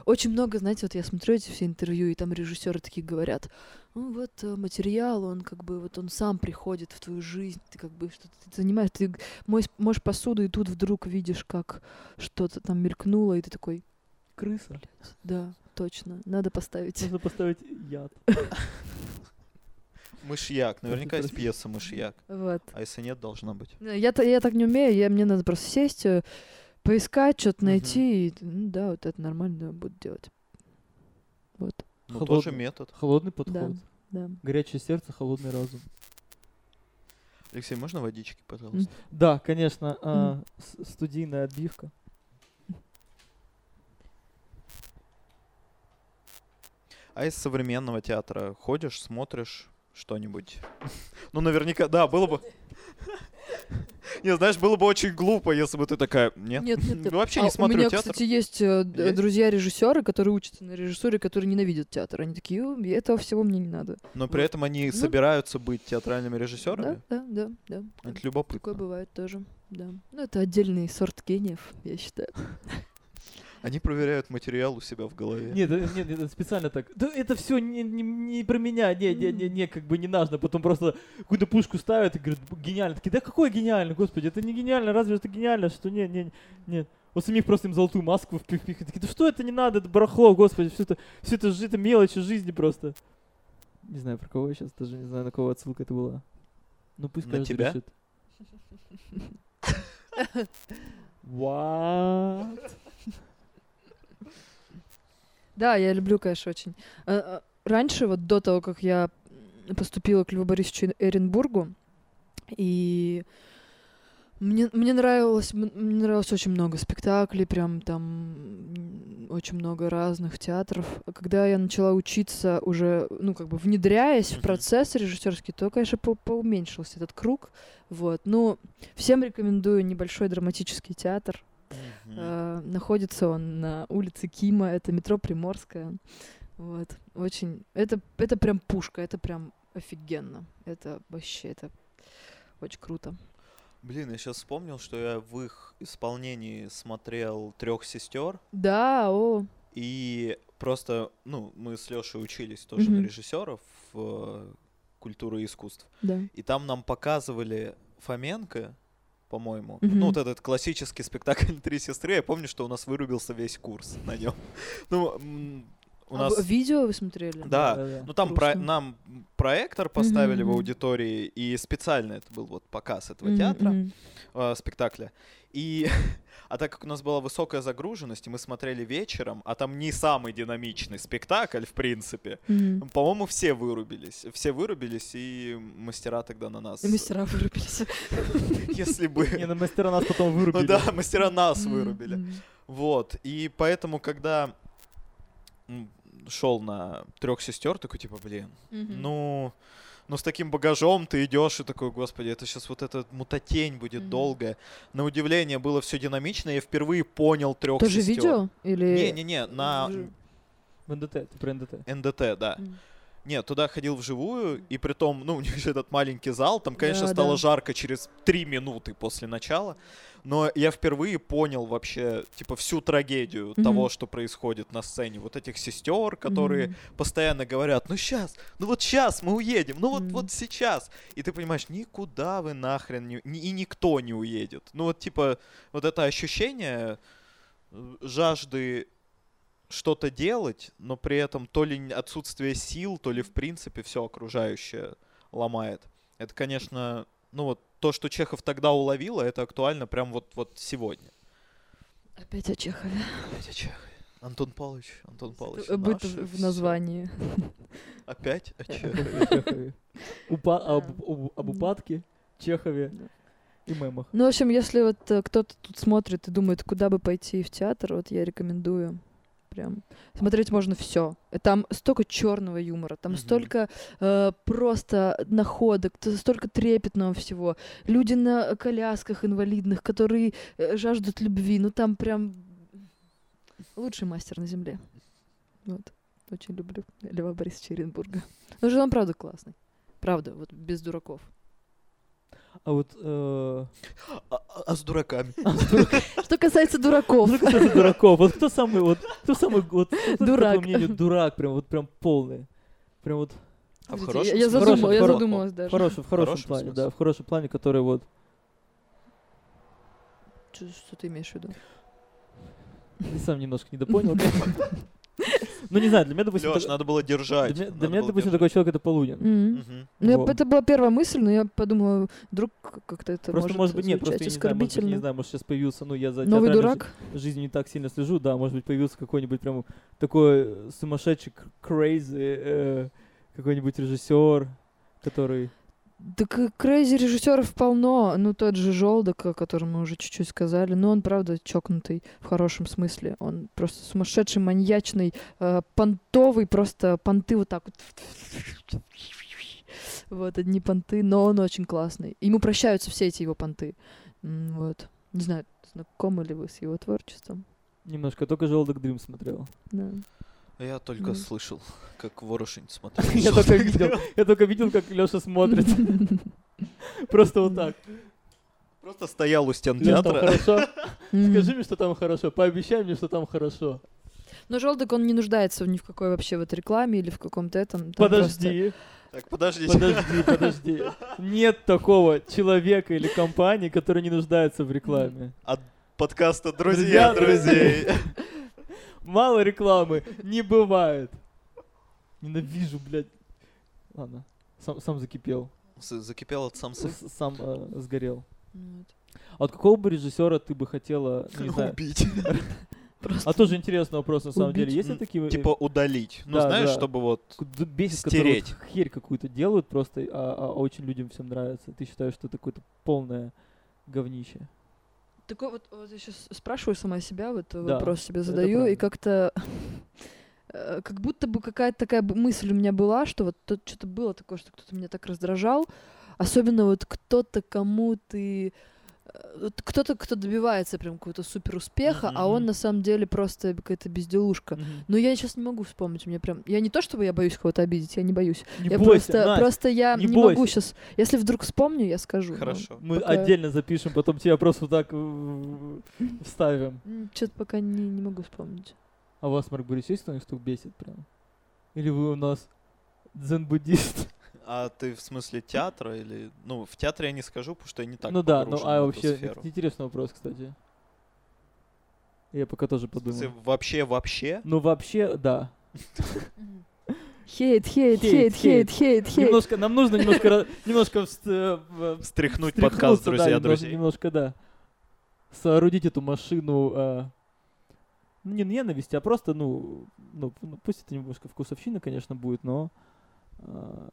[SPEAKER 3] Очень много, знаете, вот я смотрю эти все интервью, и там режиссеры такие говорят, ну вот э, материал, он как бы, вот он сам приходит в твою жизнь, ты как бы что-то ты занимаешь, ты г- моешь, моешь посуду, и тут вдруг видишь, как что-то там мелькнуло, и ты такой,
[SPEAKER 1] крыса.
[SPEAKER 3] да, точно, надо поставить.
[SPEAKER 1] Нужно поставить яд.
[SPEAKER 2] Мышьяк. Наверняка есть
[SPEAKER 1] Красиво.
[SPEAKER 2] пьеса «Мышьяк».
[SPEAKER 3] Вот.
[SPEAKER 2] А если нет, должна быть.
[SPEAKER 3] Э, Я, та- я так не умею, я, мне надо просто сесть, э, поискать, что-то
[SPEAKER 2] Мгм.
[SPEAKER 3] найти, и, ну да, вот это нормально буду делать. Вот,
[SPEAKER 2] Ну,
[SPEAKER 1] Холодно.
[SPEAKER 2] тоже метод.
[SPEAKER 1] Холодный подход.
[SPEAKER 3] да.
[SPEAKER 1] Горячее сердце, холодный разум.
[SPEAKER 2] Алексей, можно водички, пожалуйста?
[SPEAKER 1] Да, конечно, а, с- студийная отбивка.
[SPEAKER 2] А из современного театра ходишь, смотришь что-нибудь? [laughs] Ну, наверняка, да, было
[SPEAKER 3] [laughs]
[SPEAKER 2] бы... Не, знаешь, было бы очень глупо, если бы ты такая... Нет,
[SPEAKER 3] Нет, нет, нет.
[SPEAKER 2] вообще
[SPEAKER 3] А
[SPEAKER 2] не
[SPEAKER 3] у меня,
[SPEAKER 2] смотрю театр.
[SPEAKER 3] кстати, есть, э, д-
[SPEAKER 2] Есть?
[SPEAKER 3] друзья режиссеры, которые учатся на режиссуре, которые ненавидят театр. Они такие, «О, я- этого всего мне не надо.
[SPEAKER 2] Но при этом они собираются быть театральными режиссерами?
[SPEAKER 3] ну Да, да, да, да.
[SPEAKER 2] Это
[SPEAKER 3] Такое
[SPEAKER 2] любопытно.
[SPEAKER 3] бывает тоже. Да. Ну, это отдельный сорт гениев, я считаю.
[SPEAKER 2] Они проверяют материал у себя в голове.
[SPEAKER 1] Нет, э, нет, нет, это специально так. Да это все не, не- не про меня, не, не, не, не, как бы не нужно. Потом просто какую-то пушку ставят и говорят, «Б- гениально. Такие, да какой гениально, господи, это не гениально, разве это гениально, что не, не, нет. У самих просто им золотую маску впихивают. Такие, да что это не надо, это барахло, господи, все это, все это, жи- это мелочи жизни просто. Не знаю, про кого я сейчас, даже не знаю, на кого отсылка это была. Ну пусть
[SPEAKER 2] На
[SPEAKER 1] каждый
[SPEAKER 2] тебя?
[SPEAKER 1] решит. What?
[SPEAKER 3] Да, я люблю, конечно, очень. Э, э, Раньше, вот до того, как я м, поступила к Льву Борисовичу Эренбургу, и мне, мне нравилось, м- мне нравилось очень много спектаклей, прям там м, очень много разных театров. А Когда я начала учиться уже, ну, как бы внедряясь в
[SPEAKER 2] Мгм.
[SPEAKER 3] процесс режиссерский, то, конечно, по- поуменьшился этот круг. Вот. Ну, всем рекомендую небольшой драматический театр.
[SPEAKER 2] Мгм.
[SPEAKER 3] Э, Находится он на улице Кима, это метро Приморская. Вот, очень... Это, это прям пушка, это прям офигенно. Это вообще, это очень круто.
[SPEAKER 2] Блин, я сейчас вспомнил, что я в их исполнении смотрел трех сестер.
[SPEAKER 3] Да, о,
[SPEAKER 2] И просто, ну, мы с Лешей учились тоже на
[SPEAKER 3] Мгм.
[SPEAKER 2] режиссеров э, культуры и искусств.
[SPEAKER 3] да.
[SPEAKER 2] И там нам показывали Фоменко, по-моему.
[SPEAKER 3] Мгм.
[SPEAKER 2] Ну, вот этот классический спектакль «Три сестры». Я помню, что у нас вырубился весь курс на нем. [laughs] Ну, м, у
[SPEAKER 3] А
[SPEAKER 2] нас...
[SPEAKER 3] вы- видео вы смотрели?
[SPEAKER 2] Да,
[SPEAKER 1] Да-да-да.
[SPEAKER 2] ну там про-
[SPEAKER 3] Круто.
[SPEAKER 2] нам проектор поставили в
[SPEAKER 3] Мгм.
[SPEAKER 2] аудитории, и специально это был вот показ этого
[SPEAKER 3] Мгм,
[SPEAKER 2] театра
[SPEAKER 3] мгм.
[SPEAKER 2] э, спектакля. И, [laughs] а так как у нас была высокая загруженность, и мы смотрели вечером, а там не самый динамичный спектакль, в принципе,
[SPEAKER 3] Мгм.
[SPEAKER 2] по-моему, все вырубились. Все вырубились, и мастера тогда на нас...
[SPEAKER 3] И мастера вырубились.
[SPEAKER 2] [laughs] Если бы...
[SPEAKER 1] Не, на мастера нас потом
[SPEAKER 2] [laughs] Ну
[SPEAKER 1] вырубили.
[SPEAKER 2] да, мастера нас
[SPEAKER 3] Мгм,
[SPEAKER 2] вырубили.
[SPEAKER 3] мгм.
[SPEAKER 2] Вот, и поэтому, когда шел на трех сестер, такой типа, блин,
[SPEAKER 3] Мгм.
[SPEAKER 2] ну, ну с таким багажом ты идешь и такой, господи, это сейчас вот эта мутатень будет
[SPEAKER 3] Мгм.
[SPEAKER 2] долгая. На удивление было все динамично, я впервые понял трех
[SPEAKER 3] Тоже
[SPEAKER 2] сестер.
[SPEAKER 3] видео? Или...
[SPEAKER 2] Не, не, не, на
[SPEAKER 3] Вжи-
[SPEAKER 1] В НДТ, ты про НДТ.
[SPEAKER 3] [laughs]
[SPEAKER 2] НДТ, да.
[SPEAKER 3] Мгм.
[SPEAKER 2] Нет, туда ходил вживую, и при том, ну, у них же этот маленький зал, там, конечно,
[SPEAKER 3] Да,
[SPEAKER 2] стало
[SPEAKER 3] да.
[SPEAKER 2] жарко через три минуты после начала, но я впервые понял вообще, типа, всю трагедию
[SPEAKER 3] Мгм.
[SPEAKER 2] того, что происходит на сцене. Вот этих сестер, которые
[SPEAKER 3] Мгм.
[SPEAKER 2] постоянно говорят, ну сейчас, ну вот сейчас мы уедем, ну вот,
[SPEAKER 3] Мгм.
[SPEAKER 2] вот сейчас. И ты понимаешь, никуда вы нахрен, не, ни- и никто не уедет. Ну вот, типа, вот это ощущение э, жажды что-то делать, но при этом то ли отсутствие сил, то ли в принципе все окружающее ломает. Это, конечно, ну вот то, что Чехов тогда уловила, это актуально прям вот, вот сегодня.
[SPEAKER 3] Опять о Чехове.
[SPEAKER 2] Опять о Чехове. Антон Павлович, Антон Павлович.
[SPEAKER 3] Быт
[SPEAKER 2] наше
[SPEAKER 3] в
[SPEAKER 2] всё.
[SPEAKER 3] названии. Э,
[SPEAKER 2] Опять о Чехове.
[SPEAKER 1] Чехове. Упа-
[SPEAKER 3] Да.
[SPEAKER 1] об- об- Об упадке, Чехове
[SPEAKER 3] Да.
[SPEAKER 1] и мемах.
[SPEAKER 3] Ну, в общем, если вот э, кто-то тут смотрит и думает, куда бы пойти в театр, вот я рекомендую. Прям. Смотреть можно все. Там столько черного юмора, там
[SPEAKER 2] Мгм.
[SPEAKER 3] столько э, просто находок, т- столько трепетного всего. Люди на колясках инвалидных, которые э, жаждут любви. Ну там прям лучший мастер на земле. Вот. Очень люблю Льва Борисовича Оренбурга. Ну же он правда классный. Правда, вот без дураков.
[SPEAKER 1] А вот э,
[SPEAKER 2] А, а с
[SPEAKER 1] [laughs]
[SPEAKER 2] дураками?
[SPEAKER 3] Что касается дураков.
[SPEAKER 1] ну, кстати, дураков. Вот кто самый вот кто самый вот кто, по
[SPEAKER 3] Дурак.
[SPEAKER 1] твоему мнению, дурак, прям вот прям полный. Прям вот
[SPEAKER 2] А в
[SPEAKER 3] Подождите,
[SPEAKER 2] хорошем
[SPEAKER 3] я- я
[SPEAKER 2] смысле?
[SPEAKER 1] задумал- я
[SPEAKER 2] Хорошем,
[SPEAKER 3] задумалась
[SPEAKER 1] в
[SPEAKER 3] даже.
[SPEAKER 1] хорошем, в хорошем
[SPEAKER 2] хорошем
[SPEAKER 1] плане,
[SPEAKER 2] смысле.
[SPEAKER 1] да, в хорошем плане, который вот
[SPEAKER 3] Чё- Что ты имеешь в виду?
[SPEAKER 1] ты сам немножко
[SPEAKER 3] [laughs]
[SPEAKER 1] недопонял. Ну не знаю, для меня, допустим,
[SPEAKER 2] Лёш,
[SPEAKER 1] так-
[SPEAKER 2] надо было держать.
[SPEAKER 1] для меня-
[SPEAKER 2] надо
[SPEAKER 1] для меня,
[SPEAKER 2] было
[SPEAKER 1] допустим,
[SPEAKER 2] держать.
[SPEAKER 1] такой человек это Полунин.
[SPEAKER 3] Мгм.
[SPEAKER 2] Мгм.
[SPEAKER 3] Ну, я-
[SPEAKER 1] Во.
[SPEAKER 3] это была первая мысль, но я подумала, вдруг как-то это
[SPEAKER 1] Просто,
[SPEAKER 3] может,
[SPEAKER 1] может быть, нет,
[SPEAKER 3] звучать
[SPEAKER 1] просто я не знаю, может быть,
[SPEAKER 3] оскорбительно.
[SPEAKER 1] не знаю, может, сейчас появился, ну, я за
[SPEAKER 3] Новый
[SPEAKER 1] театральной
[SPEAKER 3] дурак?
[SPEAKER 1] жи- жизнью не так сильно слежу, да, может быть, появился какой-нибудь прям такой э, сумасшедший, к- crazy э, какой-нибудь режиссер, который...
[SPEAKER 3] Так и крейзи режиссеров полно. Ну, тот же Желдок, о котором мы уже чуть-чуть сказали. Ну, он, правда, чокнутый в хорошем смысле. Он просто сумасшедший, маньячный, э, понтовый, просто понты вот так вот. Вот, одни понты, но он очень классный. Ему прощаются все эти его понты. М, Вот. Не знаю, знакомы ли вы с его творчеством.
[SPEAKER 1] Немножко только «Желудок Дрим»
[SPEAKER 3] [laughs]
[SPEAKER 1] смотрел.
[SPEAKER 3] Да.
[SPEAKER 2] Я только
[SPEAKER 3] Мгм.
[SPEAKER 2] слышал,
[SPEAKER 1] [laughs]
[SPEAKER 2] как ворошень смотрел.
[SPEAKER 1] Я только видел, я только видел, как Леша
[SPEAKER 3] [laughs]
[SPEAKER 1] смотрит. Просто вот так.
[SPEAKER 2] Просто стоял у стен
[SPEAKER 1] Лёш, там
[SPEAKER 2] театра.
[SPEAKER 3] [laughs]
[SPEAKER 1] хорошо?
[SPEAKER 3] Мгм.
[SPEAKER 1] Скажи мне, что там хорошо. Пообещай мне, что там хорошо.
[SPEAKER 3] Но Желдок, он не нуждается ни в какой вообще вот рекламе или в каком-то этом. там просто-
[SPEAKER 1] Подожди,
[SPEAKER 2] Так, подождите.
[SPEAKER 1] подожди, подожди. Нет такого человека или компании, который не нуждается в рекламе.
[SPEAKER 2] От подкаста «Друзья
[SPEAKER 1] Друзья, друзей». [laughs]
[SPEAKER 2] друзей».
[SPEAKER 1] Мало рекламы, не бывает. Ненавижу, блядь. Ладно, сам, сам закипел,
[SPEAKER 2] С- Закипел от самсы.
[SPEAKER 1] с- сам э, сгорел.
[SPEAKER 3] Вот.
[SPEAKER 1] А от какого бы режиссера ты бы хотела,
[SPEAKER 2] [laughs]
[SPEAKER 1] не знаю,
[SPEAKER 2] Убить.
[SPEAKER 3] Просто
[SPEAKER 1] а тоже интересный вопрос на самом деле.
[SPEAKER 3] Убить?
[SPEAKER 1] Есть ли
[SPEAKER 2] М,
[SPEAKER 1] такие... э,
[SPEAKER 2] Типа удалить. Ну,
[SPEAKER 1] Да,
[SPEAKER 2] знаешь,
[SPEAKER 1] да.
[SPEAKER 2] чтобы вот...
[SPEAKER 1] к- д- бесит, которые вот
[SPEAKER 2] стереть.
[SPEAKER 1] херь какую-то делают просто, а, а очень людям всем нравится. Ты считаешь, что это какое-то полное говнище?
[SPEAKER 3] Такой вот, вот я сейчас спрашиваю сама себя, вот э,
[SPEAKER 1] Да,
[SPEAKER 3] вопрос себе
[SPEAKER 1] это
[SPEAKER 3] задаю, и
[SPEAKER 1] правильно.
[SPEAKER 3] как-то э, как будто бы какая-то такая б- мысль у меня была, что вот тут что-то было такое, что кто-то меня так раздражал, особенно вот кто-то, кому ты э, вот кто-то, кто добивается прям какого-то супер успеха, а он
[SPEAKER 2] Мгм.
[SPEAKER 3] на самом деле просто какая-то безделушка.
[SPEAKER 1] Мгм.
[SPEAKER 3] Но я сейчас не могу вспомнить, мне прям... Я не то, чтобы я боюсь кого-то обидеть, я не боюсь.
[SPEAKER 1] Не
[SPEAKER 3] я
[SPEAKER 1] бойся,
[SPEAKER 3] просто,
[SPEAKER 1] Настя,
[SPEAKER 3] просто я
[SPEAKER 1] не
[SPEAKER 3] не, могу
[SPEAKER 1] бойся.
[SPEAKER 3] сейчас... Если вдруг вспомню, я скажу. ну, но-
[SPEAKER 2] Хорошо.
[SPEAKER 1] Мы
[SPEAKER 3] пока-
[SPEAKER 1] отдельно запишем, потом тебя просто вот так э, вставим.
[SPEAKER 3] Что-то пока не, не могу вспомнить.
[SPEAKER 1] А вас, Марк Борисович, есть кто-нибудь, кто бесит прям? Или вы у нас дзен-буддист?
[SPEAKER 2] А ты в смысле театра или... Ну, в театре я не скажу, потому что я не так
[SPEAKER 1] ну да, ну
[SPEAKER 2] погружен
[SPEAKER 1] а
[SPEAKER 2] в эту
[SPEAKER 1] вообще, это
[SPEAKER 2] сферу.
[SPEAKER 1] интересный вопрос, кстати. Я пока тоже
[SPEAKER 2] В смысле,
[SPEAKER 1] подумал.
[SPEAKER 2] Вообще, вообще?
[SPEAKER 1] Ну вообще, да.
[SPEAKER 3] Хейт,
[SPEAKER 1] Хейт,
[SPEAKER 3] хейт,
[SPEAKER 1] хейт.
[SPEAKER 3] хейт, хейт, хейт, хейт.
[SPEAKER 1] Немножко, нам нужно немножко, ра- немножко вст- э, в-
[SPEAKER 2] Встряхнуть
[SPEAKER 1] встряхнуться,
[SPEAKER 2] [laughs] подкаст,
[SPEAKER 1] да,
[SPEAKER 2] друзья,
[SPEAKER 1] немножко-
[SPEAKER 2] друзей.
[SPEAKER 1] Немножко, да. Соорудить эту машину, э, ну, не ненависти, а просто, ну, ну, ну, пусть это немножко вкусовщина, конечно, будет, но... э,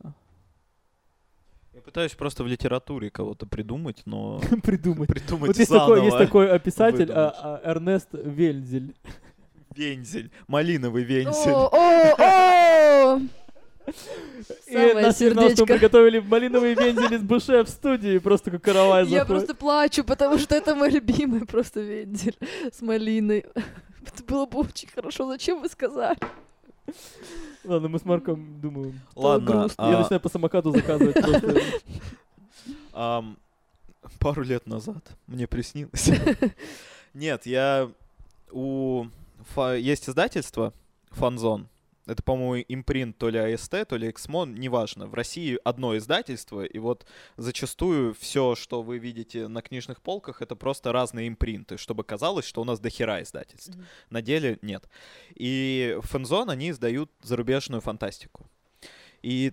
[SPEAKER 1] [laughs]
[SPEAKER 2] Я пытаюсь просто в литературе кого-то придумать, но
[SPEAKER 1] придумать. [laughs]
[SPEAKER 2] придумать
[SPEAKER 1] Вот есть такой, есть
[SPEAKER 2] заново.
[SPEAKER 1] такой э, писатель э,
[SPEAKER 2] выдумать.
[SPEAKER 1] э, Эрнест Вельзель.
[SPEAKER 2] Вензель, малиновый вензель.
[SPEAKER 3] О, о, о!
[SPEAKER 1] И
[SPEAKER 3] Самое
[SPEAKER 1] нас сигнал, что мы
[SPEAKER 3] сердечко.
[SPEAKER 1] приготовили малиновые вензели с буше в студии, просто как каравай
[SPEAKER 3] Я
[SPEAKER 1] заходит.
[SPEAKER 3] просто плачу, потому что это мой любимый просто вендель с малиной. Это было бы очень хорошо. Зачем вы сказали?
[SPEAKER 1] Ладно, мы с Марком думаем.
[SPEAKER 2] Ладно,
[SPEAKER 3] грустно.
[SPEAKER 1] Я
[SPEAKER 2] а,
[SPEAKER 1] начинаю по самокату заказывать
[SPEAKER 2] [laughs]
[SPEAKER 1] просто.
[SPEAKER 2] ам, пару лет назад мне приснилось. Нет, я у... фа- Есть издательство «Фанзон», Это, по-моему, импринт то ли АСТ, то ли Эксмон, неважно. В России одно издательство, и вот зачастую все, что вы видите на книжных полках, это просто разные импринты, чтобы казалось, что у нас дохера издательств.
[SPEAKER 3] Мгм.
[SPEAKER 2] На деле нет. И Фэнзон, они издают зарубежную фантастику. И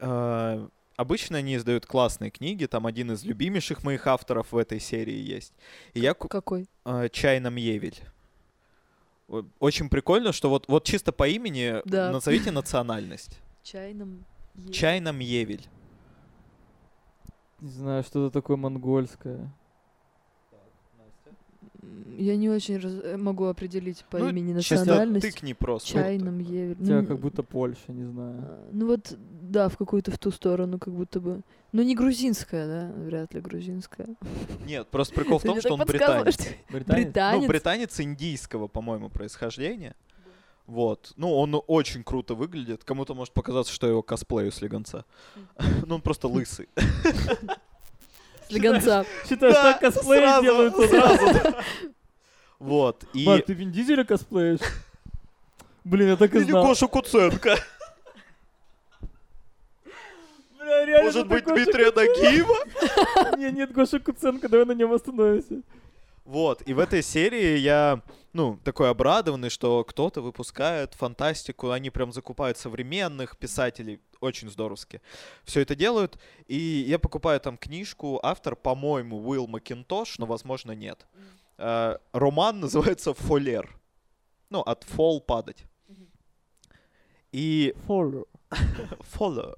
[SPEAKER 2] э, обычно они издают классные книги, там один из любимейших моих авторов в этой серии есть. И я ку-
[SPEAKER 3] Какой?
[SPEAKER 2] э, Чайном Евель. О- Очень прикольно, что вот, вот чисто по имени
[SPEAKER 3] Да.
[SPEAKER 2] назовите
[SPEAKER 3] [laughs]
[SPEAKER 2] национальность.
[SPEAKER 3] Чайном. е-
[SPEAKER 2] Чайном Евель.
[SPEAKER 1] Не знаю, что-то такое монгольское.
[SPEAKER 3] М, Я не очень раз- э, могу определить по
[SPEAKER 2] Ну,
[SPEAKER 3] имени
[SPEAKER 2] чисто
[SPEAKER 3] национальность.
[SPEAKER 2] тыкни просто.
[SPEAKER 3] Чайном Евель. Ну,
[SPEAKER 1] Хотя
[SPEAKER 3] не-
[SPEAKER 1] как будто Польша, не знаю.
[SPEAKER 3] а, Ну вот, да, в какую-то в ту сторону, как будто бы. Ну не грузинская, да, вряд ли грузинская.
[SPEAKER 2] Нет, просто прикол в
[SPEAKER 3] Ты
[SPEAKER 2] том,
[SPEAKER 3] мне
[SPEAKER 2] что
[SPEAKER 3] так
[SPEAKER 2] он
[SPEAKER 3] подсказываешь.
[SPEAKER 2] британец.
[SPEAKER 1] Британец?
[SPEAKER 3] Британец.
[SPEAKER 2] Ну, британец индийского, по-моему, происхождения. Вот. Ну, он очень круто выглядит. Кому-то может показаться, что я его косплею с легонца. [laughs] Ну, он просто
[SPEAKER 3] [laughs]
[SPEAKER 2] лысый.
[SPEAKER 3] Для гонца.
[SPEAKER 1] Считаешь,
[SPEAKER 2] Да,
[SPEAKER 1] так
[SPEAKER 2] [laughs]
[SPEAKER 1] косплеи
[SPEAKER 2] сразу,
[SPEAKER 1] делаются
[SPEAKER 2] сразу.
[SPEAKER 3] [laughs]
[SPEAKER 2] Вот. И...
[SPEAKER 1] Марк, ты Вин Дизеля косплеишь? Блин, я так и
[SPEAKER 2] Или
[SPEAKER 1] знал.
[SPEAKER 2] Гошу Куценко.
[SPEAKER 1] Бля, реально
[SPEAKER 2] Может
[SPEAKER 1] это
[SPEAKER 2] быть,
[SPEAKER 1] Гоша
[SPEAKER 2] Дмитрия Нагиева?
[SPEAKER 1] Куценко. Не, нет, Гоша Куценко, давай на нем остановимся.
[SPEAKER 2] Вот, и в этой серии я, ну, такой обрадованный, что кто-то выпускает фантастику, они прям закупают современных писателей, очень здоровски. Все это делают, и я покупаю там книжку, автор, по-моему, Уилл Макинтош, но, возможно, нет. Э, Роман называется «Фолер», ну, от «фол» падать. И
[SPEAKER 1] Фоллер.
[SPEAKER 2] «фолер»,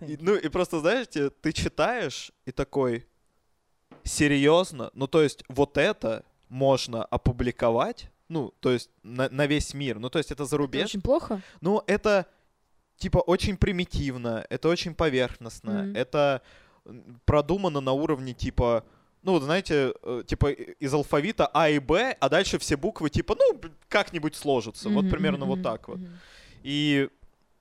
[SPEAKER 2] И, ну и просто, знаете, ты читаешь и такой, серьезно, ну то есть вот это можно опубликовать, ну то есть на, на весь мир, ну то есть это
[SPEAKER 3] Это
[SPEAKER 2] зарубеж,
[SPEAKER 3] очень плохо.
[SPEAKER 2] ну это типа очень примитивно, это очень поверхностно,
[SPEAKER 3] Мгм.
[SPEAKER 2] это м, продумано на уровне типа, ну вот знаете, э, типа и- из алфавита А и Б, а дальше все буквы типа, ну б- как-нибудь сложатся, вот
[SPEAKER 3] Мгм,
[SPEAKER 2] примерно
[SPEAKER 3] мгм,
[SPEAKER 2] вот так вот.
[SPEAKER 3] мгм.
[SPEAKER 2] И,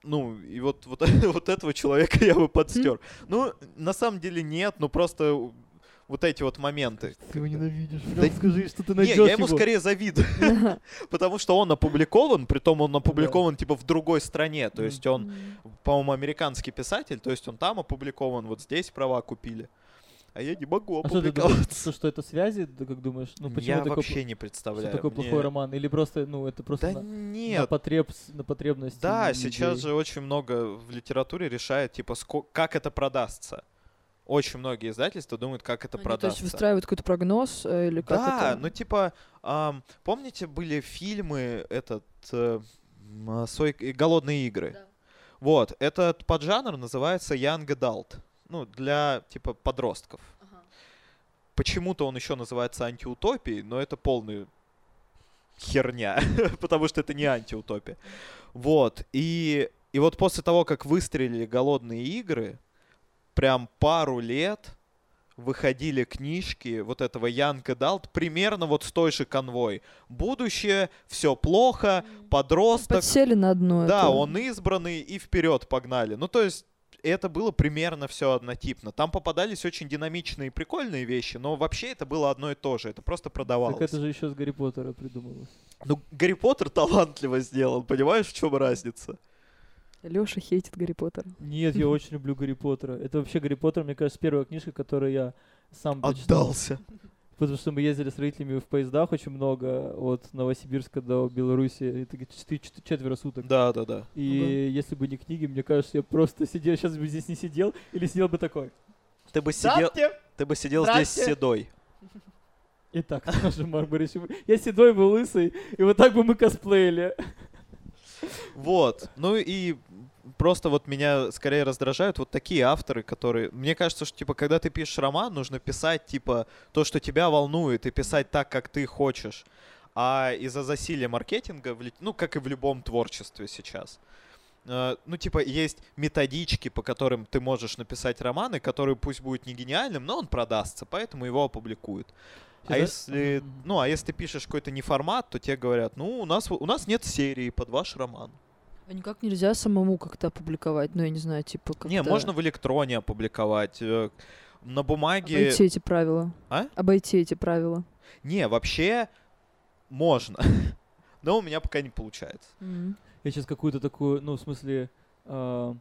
[SPEAKER 2] ну, и вот, вот, [laughs] вот этого человека я бы подстер. Ну, на самом деле нет, ну просто у- вот эти вот моменты.
[SPEAKER 1] Ты его ненавидишь.
[SPEAKER 2] Да
[SPEAKER 1] Прям скажи, что ты
[SPEAKER 2] Не,
[SPEAKER 1] найдешь
[SPEAKER 2] я ему
[SPEAKER 1] его.
[SPEAKER 2] скорее завидую, [laughs]
[SPEAKER 3] Да.
[SPEAKER 2] потому что он опубликован, притом он опубликован типа в другой стране, то
[SPEAKER 1] Мгм.
[SPEAKER 2] есть он,
[SPEAKER 3] Мгм.
[SPEAKER 2] по-моему, американский писатель, то есть он там опубликован, вот здесь права купили. А я не могу
[SPEAKER 1] А что ты думаешь,
[SPEAKER 2] опубликоваться.
[SPEAKER 1] что, что это связи, ты как думаешь? Ну почему
[SPEAKER 2] я
[SPEAKER 1] такой,
[SPEAKER 2] вообще не
[SPEAKER 1] что
[SPEAKER 2] представляю.
[SPEAKER 1] такой
[SPEAKER 2] мне-
[SPEAKER 1] плохой роман? Или просто, ну, это просто
[SPEAKER 2] Да
[SPEAKER 1] на,
[SPEAKER 2] нет,
[SPEAKER 1] на, потреб, на потребности
[SPEAKER 2] Да,
[SPEAKER 1] лю-
[SPEAKER 2] сейчас
[SPEAKER 1] людей?
[SPEAKER 2] же очень много в литературе решает, типа, ско- как это продастся. Очень многие издательства думают, как это
[SPEAKER 3] Они, То есть
[SPEAKER 2] продастся.
[SPEAKER 3] выстраивают какой-то прогноз э, или как
[SPEAKER 2] да,
[SPEAKER 3] это?
[SPEAKER 2] ну типа, ам, помните, были фильмы этот э, м, а, «Сой- и «Голодные игры»?
[SPEAKER 3] Да.
[SPEAKER 2] Вот, этот поджанр называется Young Adult. Ну, для, типа, подростков.
[SPEAKER 3] Ага.
[SPEAKER 2] Почему-то он еще называется антиутопией, но это полная херня, [laughs] потому что это не антиутопия. Вот, и, и вот после того, как выстрелили «Голодные игры», прям пару лет выходили книжки вот этого Янка Далт примерно вот с той же конвой. Будущее, все плохо, подросток,
[SPEAKER 3] Подсели на одно.
[SPEAKER 2] да,
[SPEAKER 3] это.
[SPEAKER 2] он избранный и вперед погнали. Ну, то есть это было примерно все однотипно. Там попадались очень динамичные и прикольные вещи, но вообще это было одно и то же. Это просто продавалось.
[SPEAKER 1] Так это же еще с Гарри Поттера придумалось.
[SPEAKER 2] Ну, Гарри Поттер талантливо сделан, понимаешь, в чем разница?
[SPEAKER 3] Лёша хейтит Гарри Поттера.
[SPEAKER 1] Нет, я очень люблю Гарри Поттера. Это вообще Гарри Поттер, мне кажется, первая книжка, которую я сам прочитал.
[SPEAKER 2] Отдался.
[SPEAKER 1] Потому что мы ездили с родителями в поездах очень много, от Новосибирска до Беларуси, это где-то четы- чет- четверо суток.
[SPEAKER 2] Да, да, да.
[SPEAKER 1] И если бы не книги, мне кажется, я просто сидел, сейчас бы здесь не сидел, или сидел бы такой.
[SPEAKER 2] Ты бы сидел, ты бы сидел здесь
[SPEAKER 3] Здрасте.
[SPEAKER 2] седой.
[SPEAKER 1] И так тоже Марк Борисович. Я седой был лысый, и вот так бы мы косплеили.
[SPEAKER 2] Вот. Ну и просто вот меня скорее раздражают вот такие авторы, которые... Мне кажется, что, типа, когда ты пишешь роман, нужно писать, типа, то, что тебя волнует, и писать так, как ты хочешь. А из-за засилия маркетинга, в лит- ну, как и в любом творчестве сейчас, э, ну, типа, есть методички, по которым ты можешь написать романы, который пусть будет не гениальным, но он продастся, поэтому его опубликуют. А
[SPEAKER 1] Сейчас, да?
[SPEAKER 2] если,
[SPEAKER 1] Мгм.
[SPEAKER 2] ну, а если ты пишешь какой-то неформат, то тебе говорят, ну, у нас, у нас нет серии под ваш роман.
[SPEAKER 3] А никак нельзя самому как-то опубликовать, ну я не знаю, типа как-то...
[SPEAKER 2] Не, можно в электроне опубликовать. э, На бумаге...
[SPEAKER 3] Обойти эти правила.
[SPEAKER 2] А?
[SPEAKER 3] Обойти эти правила.
[SPEAKER 2] Не, вообще можно. [laughs] Но у меня пока не получается.
[SPEAKER 3] Мгм.
[SPEAKER 1] Я сейчас какую-то такую, ну, в смысле, а,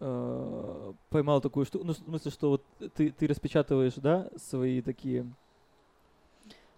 [SPEAKER 1] а, поймал такую штуку. Ну, в смысле, что вот ты, ты распечатываешь, да, свои такие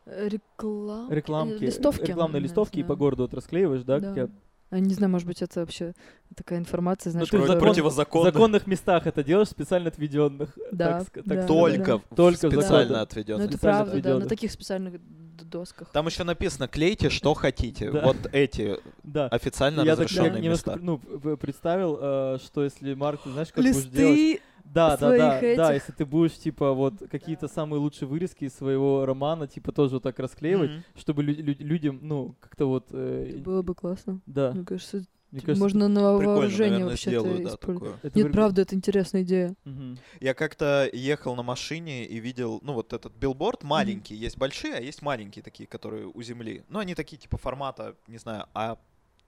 [SPEAKER 3] Реклам...
[SPEAKER 1] рекламки,
[SPEAKER 3] э, Листовки.
[SPEAKER 1] рекламные
[SPEAKER 3] наверное,
[SPEAKER 1] листовки, и
[SPEAKER 3] да.
[SPEAKER 1] по городу вот расклеиваешь, да?
[SPEAKER 3] Да.
[SPEAKER 1] как я-
[SPEAKER 3] А, не знаю, может быть, это вообще такая информация, знаешь,
[SPEAKER 1] ты
[SPEAKER 2] Вроде
[SPEAKER 1] закон-
[SPEAKER 3] которую-
[SPEAKER 1] В
[SPEAKER 2] противозаконно.
[SPEAKER 1] законных местах это делаешь, специально отведенных.
[SPEAKER 3] Да,
[SPEAKER 1] так ска- так
[SPEAKER 3] да,
[SPEAKER 1] сказать.
[SPEAKER 2] Только, в
[SPEAKER 1] Только в
[SPEAKER 2] специально
[SPEAKER 1] законных.
[SPEAKER 3] Ну,
[SPEAKER 2] отведенных.
[SPEAKER 3] это
[SPEAKER 1] специально
[SPEAKER 3] правда, да, на
[SPEAKER 1] отведённых.
[SPEAKER 3] таких специальных д- досках.
[SPEAKER 2] Там еще написано, клейте, что хотите.
[SPEAKER 1] Да.
[SPEAKER 2] Вот эти
[SPEAKER 1] Да.
[SPEAKER 2] официально
[SPEAKER 1] Я так
[SPEAKER 2] разрешенные
[SPEAKER 1] немножко
[SPEAKER 2] места.
[SPEAKER 1] ну, п- представил, э, что если Марк, ты знаешь, как будешь делать...
[SPEAKER 3] Листы,
[SPEAKER 1] Да, да, да,
[SPEAKER 3] своих
[SPEAKER 1] да,
[SPEAKER 3] этих.
[SPEAKER 1] если ты будешь, типа, вот какие-то самые лучшие вырезки из своего романа, типа, тоже вот так расклеивать,
[SPEAKER 2] Мгм.
[SPEAKER 1] чтобы лю- лю- людям, ну, как-то вот... э,
[SPEAKER 3] было бы классно.
[SPEAKER 1] Да,
[SPEAKER 3] Мне кажется, типа,
[SPEAKER 1] мне кажется...
[SPEAKER 3] ну, можно на
[SPEAKER 2] Прикольно,
[SPEAKER 3] вооружение
[SPEAKER 2] наверное,
[SPEAKER 3] вообще-то
[SPEAKER 2] сделаю, да,
[SPEAKER 3] использовать.
[SPEAKER 2] такое.
[SPEAKER 1] это
[SPEAKER 3] Нет,
[SPEAKER 1] выгля-
[SPEAKER 3] правда, это интересная идея.
[SPEAKER 1] Мгм.
[SPEAKER 2] Я как-то ехал на машине и видел, ну, вот этот билборд маленький. Есть большие, а есть маленькие такие, которые у земли. Ну, они такие, типа, формата, не знаю, А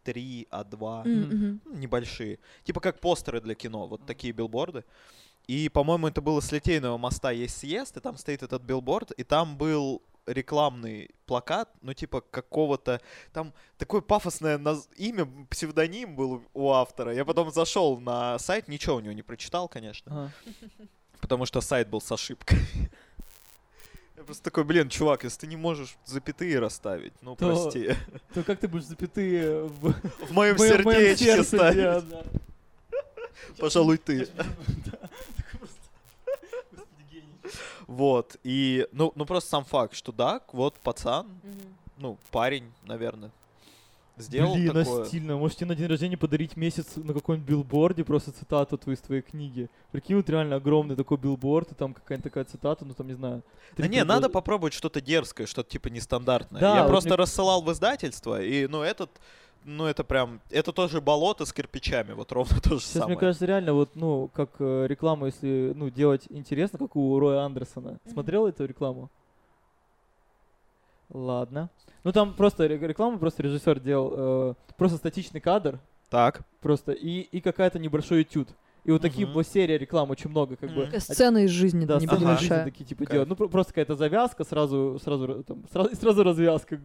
[SPEAKER 2] А3, А2.
[SPEAKER 1] Мгм.
[SPEAKER 3] М, мгм.
[SPEAKER 2] ну, небольшие. Типа как постеры для кино, вот такие билборды. И, по-моему, это было с Литейного моста есть съезд, и там стоит этот билборд, и там был рекламный плакат, ну, типа какого-то... Там такое пафосное наз- имя, псевдоним был у автора. Я потом зашел на сайт, ничего у него не прочитал, конечно,
[SPEAKER 1] Ага.
[SPEAKER 2] потому что сайт был с ошибкой. [laughs] Я просто такой, блин, чувак, если ты не можешь запятые расставить, ну,
[SPEAKER 1] То-
[SPEAKER 2] прости. [laughs]
[SPEAKER 1] То как ты будешь запятые в,
[SPEAKER 2] В моем
[SPEAKER 1] в моем- в моем
[SPEAKER 2] сердечке
[SPEAKER 1] сердце,
[SPEAKER 2] ставить.
[SPEAKER 1] да, да.
[SPEAKER 2] Пожалуй, ты.
[SPEAKER 1] [laughs]
[SPEAKER 2] Вот, и, ну, ну просто сам факт, что да, вот пацан, ну, парень, наверное, сделал
[SPEAKER 1] Блин, а
[SPEAKER 2] такое.
[SPEAKER 1] стильно. Можете на день рождения подарить месяц на каком-нибудь билборде просто цитату твою из твоей книги. Прикинь, вот реально огромный такой билборд, и там какая-нибудь такая цитата, ну там, не знаю.
[SPEAKER 2] Да
[SPEAKER 1] три
[SPEAKER 2] не,
[SPEAKER 1] прикола-
[SPEAKER 2] надо попробовать что-то дерзкое, что-то типа нестандартное.
[SPEAKER 1] Да,
[SPEAKER 2] Я
[SPEAKER 1] вот
[SPEAKER 2] просто
[SPEAKER 1] мне-
[SPEAKER 2] рассылал в издательство, и, ну, этот, ну, это прям, это тоже болото с кирпичами, вот ровно то же
[SPEAKER 1] Сейчас,
[SPEAKER 2] самое.
[SPEAKER 1] мне кажется, реально вот, ну, как э, рекламу, если, ну, делать интересно, как у Роя Андерсона. Смотрел эту рекламу? Ладно. Ну, там просто ре- рекламу просто режиссер делал, э, просто статичный кадр,
[SPEAKER 2] Так,
[SPEAKER 1] просто, и, и какая-то небольшой этюд. И вот такие
[SPEAKER 2] Мгм.
[SPEAKER 1] вот серия реклам очень много, как бы.
[SPEAKER 2] Мгм.
[SPEAKER 1] А
[SPEAKER 3] Сцена из жизни,
[SPEAKER 1] Да,
[SPEAKER 3] не
[SPEAKER 1] сцены
[SPEAKER 2] ага.
[SPEAKER 1] жизни
[SPEAKER 3] большая.
[SPEAKER 1] такие типа
[SPEAKER 2] Кайф.
[SPEAKER 1] делают. Ну, про- просто какая-то завязка, сразу, сразу, ра- там, [laughs] сразу, сразу развязка.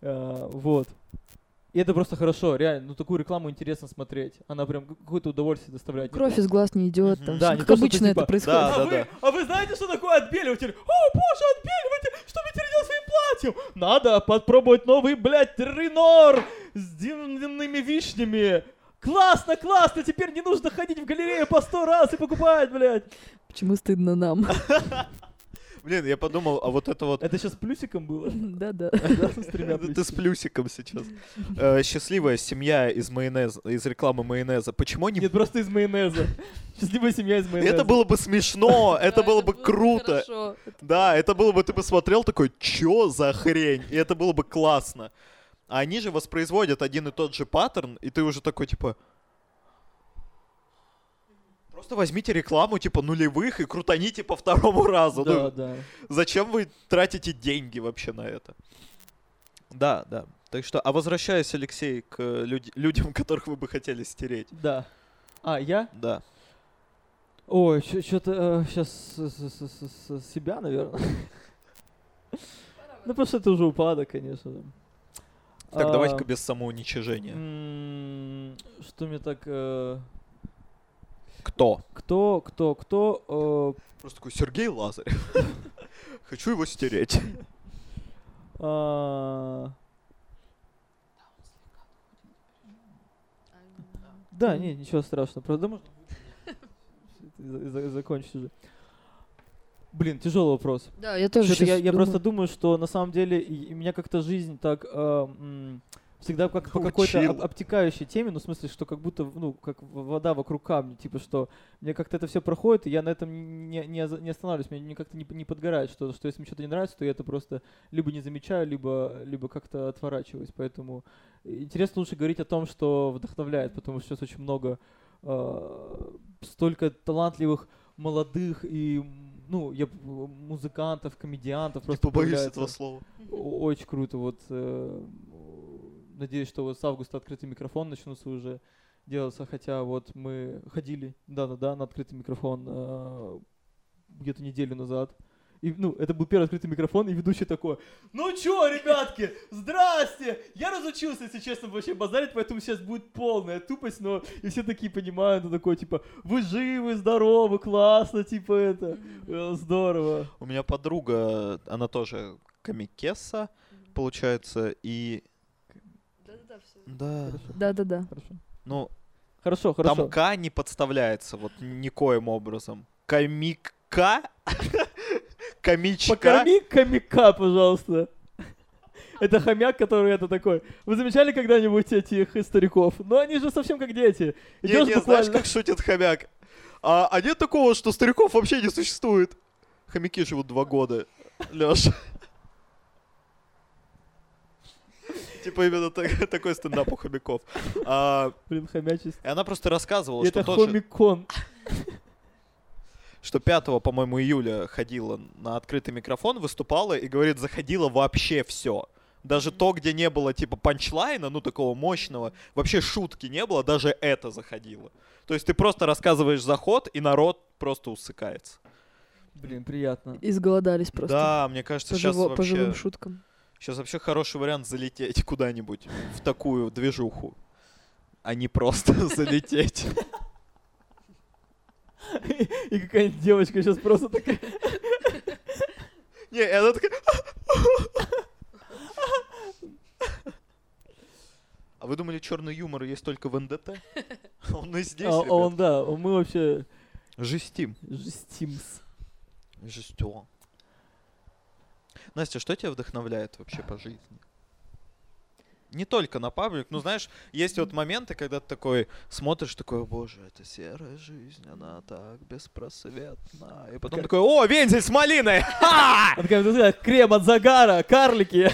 [SPEAKER 1] Э, вот. И это просто хорошо, реально. Ну, такую рекламу интересно смотреть. Она прям ка- какое-то удовольствие доставляет.
[SPEAKER 3] Кровь из глаз не идет,
[SPEAKER 2] Мгм.
[SPEAKER 3] там,
[SPEAKER 1] Да,
[SPEAKER 3] всё
[SPEAKER 1] не
[SPEAKER 3] как
[SPEAKER 1] то, что ты
[SPEAKER 3] обычно это
[SPEAKER 1] типа-
[SPEAKER 2] Да,
[SPEAKER 1] а,
[SPEAKER 2] да,
[SPEAKER 3] происходит.
[SPEAKER 1] вы,
[SPEAKER 2] да.
[SPEAKER 1] а вы знаете, что такое отбеливатель? О, боже, отбеливатель! Что вытердел своим платьем? Надо подпробовать новый, блядь, Ренор с дивными вишнями. Классно, классно! Теперь не нужно ходить в галерею по сто раз и покупать, блядь.
[SPEAKER 3] Почему
[SPEAKER 1] [laughs]
[SPEAKER 3] стыдно нам?
[SPEAKER 2] блин, я подумал, а вот это вот...
[SPEAKER 1] Это сейчас плюсиком
[SPEAKER 2] [laughs]
[SPEAKER 1] было?
[SPEAKER 3] Да-да.
[SPEAKER 1] Да, с тремя
[SPEAKER 2] Это ты с
[SPEAKER 1] плюсиками. [laughs]
[SPEAKER 2] плюсиком сейчас. Э, Счастливая семья из майонеза, из рекламы майонеза. Почему они
[SPEAKER 1] Нет, просто из майонеза. Счастливая семья из майонеза.
[SPEAKER 2] Это было бы смешно, Э, это было бы круто.
[SPEAKER 3] хорошо.
[SPEAKER 2] Да, это было бы, ты бы смотрел такой, чё за хрень? И это было бы классно. А они же воспроизводят один и тот же паттерн, и ты уже такой, типа... Просто возьмите рекламу, типа, нулевых и крутаните по второму разу. Ну,
[SPEAKER 1] Да, да.
[SPEAKER 2] Зачем вы тратите деньги вообще на это? Да, да. Так что, а возвращаясь, Алексей, к э, люд- людям, [laughs] которых вы бы хотели стереть.
[SPEAKER 1] Да. А, я?
[SPEAKER 2] Да.
[SPEAKER 1] Ой, э, что-то сейчас себя, наверное. Ну, просто это уже упадок, конечно. же.
[SPEAKER 2] Так,
[SPEAKER 1] А,
[SPEAKER 2] давайте-ка без самоуничижения.
[SPEAKER 1] м, Что мне так... э,
[SPEAKER 2] Кто?
[SPEAKER 1] Кто, кто, кто... э,
[SPEAKER 2] Просто такой Сергей Лазарев. [laughs] Хочу его стереть.
[SPEAKER 1] а, Да, не, ничего страшного. Правда, [laughs] можно за- за- закончить уже. Блин, тяжелый вопрос.
[SPEAKER 3] Да, я тоже
[SPEAKER 1] Чё-то я,
[SPEAKER 3] щас
[SPEAKER 1] я
[SPEAKER 3] думаю.
[SPEAKER 1] просто думаю, что на самом деле и- и меня как-то жизнь так а, м, всегда как по какой-то
[SPEAKER 2] Научила.
[SPEAKER 1] об- обтекающей теме, ну в смысле, что как будто ну как в- вода вокруг камня, типа что мне как-то это все проходит, и я на этом не, не, оза- не останавливаюсь, меня не- как-то не, п- не подгорает, что, что если мне что-то не нравится, то я это просто либо не замечаю, либо, либо как-то отворачиваюсь. Поэтому интересно лучше говорить о том, что вдохновляет, потому что сейчас очень много э, столько талантливых молодых и м, ну я б- музыкантов, комедиантов
[SPEAKER 2] Не
[SPEAKER 1] просто
[SPEAKER 2] побоюсь
[SPEAKER 1] появляется.
[SPEAKER 2] этого слова.
[SPEAKER 1] О- Очень круто. Вот э, м, надеюсь, что вот с августа открытый микрофон начнутся уже делаться. Хотя вот мы ходили, да, да, да, на открытый микрофон э, где-то неделю назад. И, ну, это был первый открытый микрофон, и ведущий такой, ну чё, ребятки, здрасте, я разучился, если честно, вообще базарить, поэтому сейчас будет полная тупость, но и все такие понимают, ну такой, типа, вы живы, здоровы, классно, типа это, э, здорово.
[SPEAKER 2] У меня подруга, она тоже комикесса, получается, и...
[SPEAKER 3] Да-да-да, все.
[SPEAKER 2] Да,
[SPEAKER 1] Хорошо,
[SPEAKER 3] Да-да-да.
[SPEAKER 1] хорошо.
[SPEAKER 2] ну,
[SPEAKER 1] Хорошо, хорошо.
[SPEAKER 2] там К не подставляется вот никоим образом. Комик-К? [laughs] Комичка?
[SPEAKER 1] Покорми хомяка, пожалуйста. Это хомяк, который это такой. Вы замечали когда-нибудь этих стариков? Но они же совсем как дети.
[SPEAKER 2] Не,
[SPEAKER 1] Идёшь
[SPEAKER 2] не,
[SPEAKER 1] буквально-
[SPEAKER 2] знаешь, как шутит хомяк? А, а нет такого, что стариков вообще не существует. Хомяки живут два года, Лёша. Типа именно так- [laughs] такой стендап у хомяков. А,
[SPEAKER 1] Блин, хомячесть.
[SPEAKER 2] И она просто рассказывала, что
[SPEAKER 1] Это
[SPEAKER 2] тоже,
[SPEAKER 1] хомикон.
[SPEAKER 2] что 5, по-моему, июля ходила на открытый микрофон, выступала и, говорит, заходила вообще все. Даже то, где не было, типа, панчлайна, ну, такого мощного, вообще шутки не было, даже это заходило. То есть ты просто рассказываешь заход, и народ просто усыкается.
[SPEAKER 1] Блин, приятно.
[SPEAKER 3] Изголодались просто.
[SPEAKER 2] Да, мне кажется,
[SPEAKER 3] По,
[SPEAKER 2] сейчас
[SPEAKER 3] живо- по
[SPEAKER 2] вообще,
[SPEAKER 3] живым шуткам.
[SPEAKER 2] сейчас вообще хороший вариант залететь куда-нибудь в такую движуху, а не просто [laughs] залететь.
[SPEAKER 1] И какая-нибудь девочка сейчас просто такая.
[SPEAKER 2] Не, она такая... А вы думали, черный юмор есть только в НДТ?
[SPEAKER 1] [laughs]
[SPEAKER 2] Он и здесь,
[SPEAKER 1] А а он,
[SPEAKER 2] ребят.
[SPEAKER 1] да, мы вообще
[SPEAKER 2] Жестим.
[SPEAKER 1] жестимс.
[SPEAKER 2] Жестё. Настя, что тебя вдохновляет вообще по жизни? Не только на паблик, ну знаешь, есть вот моменты, когда ты такой смотришь, такой, боже, это серая жизнь, она так беспросветна. И потом
[SPEAKER 1] Как-
[SPEAKER 2] такой, о, вензель с малиной! Ха!
[SPEAKER 1] Она такая, «Друзья, крем от загара, карлики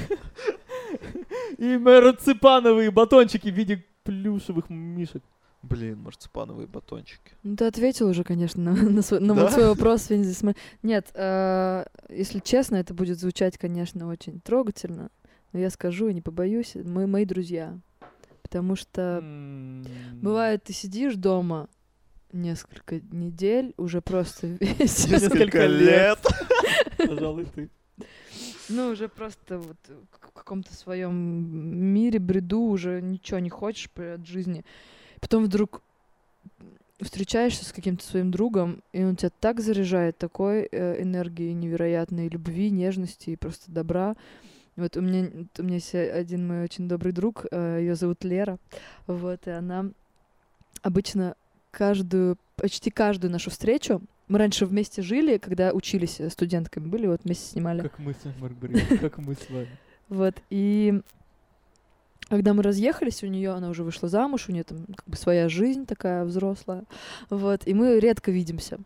[SPEAKER 1] и марципановые батончики в виде плюшевых мишек.
[SPEAKER 2] Блин, марципановые батончики.
[SPEAKER 3] Ну, ты ответил уже, конечно, [laughs] на, на свой, на
[SPEAKER 2] Да?
[SPEAKER 3] вот свой вопрос. Винзи Сма- Нет, э, если честно, это будет звучать, конечно, очень трогательно. Но я скажу и не побоюсь, мы мои друзья. Потому что
[SPEAKER 1] М.
[SPEAKER 3] бывает, ты сидишь дома несколько недель, уже просто [laughs] весь...
[SPEAKER 1] Несколько лет. Пожалуй, ты.
[SPEAKER 3] Ну, уже просто вот в каком-то своем мире, бреду, уже ничего не хочешь при- от жизни. Потом вдруг встречаешься с каким-то своим другом, и он тебя так заряжает такой э, энергией невероятной любви, нежности и просто добра. Вот у меня, у меня есть один мой очень добрый друг, ее зовут Лера, вот, и она обычно каждую, почти каждую нашу встречу, мы раньше вместе жили, когда учились, э, студентками были, вот вместе снимали.
[SPEAKER 1] Как мы с вами, Марк Борисович, как мы с вами.
[SPEAKER 3] Вот, и когда мы разъехались, у нее она уже вышла замуж, у нее там как бы своя жизнь такая взрослая. Вот, и мы редко видимся.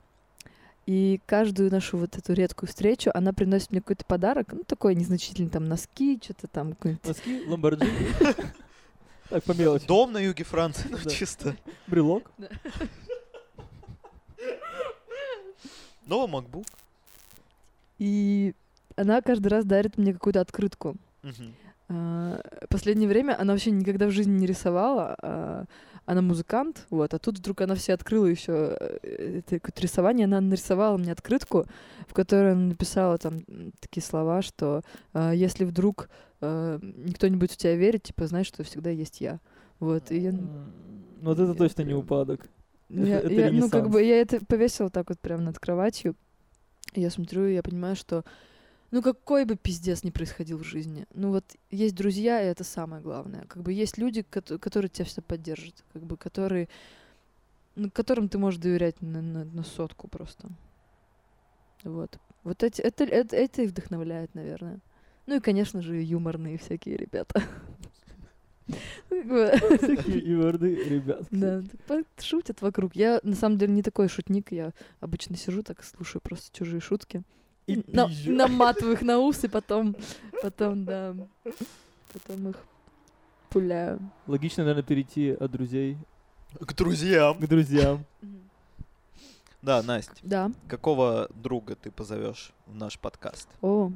[SPEAKER 3] И каждую нашу вот эту редкую встречу она приносит мне какой-то подарок, ну, такой незначительный, там, носки, что-то там, какой-нибудь
[SPEAKER 1] Носки, ламборджини. [laughs] Так, по мелочи.
[SPEAKER 2] Дом на юге Франции, ну
[SPEAKER 1] Да.
[SPEAKER 2] чисто.
[SPEAKER 1] Брелок.
[SPEAKER 2] Новый MacBook.
[SPEAKER 3] И она каждый раз дарит мне какую-то открытку.
[SPEAKER 2] Мгм.
[SPEAKER 3] А, Последнее время она вообще никогда в жизни не рисовала. а, Она музыкант, вот, а тут вдруг она все открыла еще это какое-то рисование. Она нарисовала мне открытку, в которой она написала там м, такие слова, что а, если вдруг а, кто-нибудь в тебя верит, типа, знай, что всегда есть я. Вот, и я,
[SPEAKER 1] М, Ну, Вот это точно не упадок. это-
[SPEAKER 3] я-
[SPEAKER 1] это
[SPEAKER 3] я, ну, как
[SPEAKER 1] ренессанс.
[SPEAKER 3] бы я это повесила так вот прямо над кроватью. И Я смотрю, и я понимаю, что ну какой бы пиздец ни происходил в жизни, ну вот есть друзья, и это самое главное. Как бы есть люди, кото- которые тебя всегда поддержат, как бы которые, ну, которым ты можешь доверять на, на- на сотку просто. Вот. Вот эти, это, это, это и вдохновляет, наверное. Ну и, конечно же, юморные всякие ребята. [laughs] Ну, Как бы-
[SPEAKER 1] [laughs] Всякие иварды, ребят.
[SPEAKER 2] [laughs]
[SPEAKER 3] да, п- шутят вокруг. Я на самом деле не такой шутник, я обычно сижу так и слушаю просто чужие шутки.
[SPEAKER 1] И
[SPEAKER 3] на-
[SPEAKER 1] пизжу.
[SPEAKER 3] наматываю их
[SPEAKER 2] [laughs]
[SPEAKER 3] на ус и потом, потом, да, потом их пуляю.
[SPEAKER 1] Логично, наверное, перейти от друзей
[SPEAKER 2] К друзьям.
[SPEAKER 1] к друзьям.
[SPEAKER 2] Да, Настя,
[SPEAKER 3] Да,
[SPEAKER 2] какого друга ты позовешь в наш подкаст?
[SPEAKER 3] о,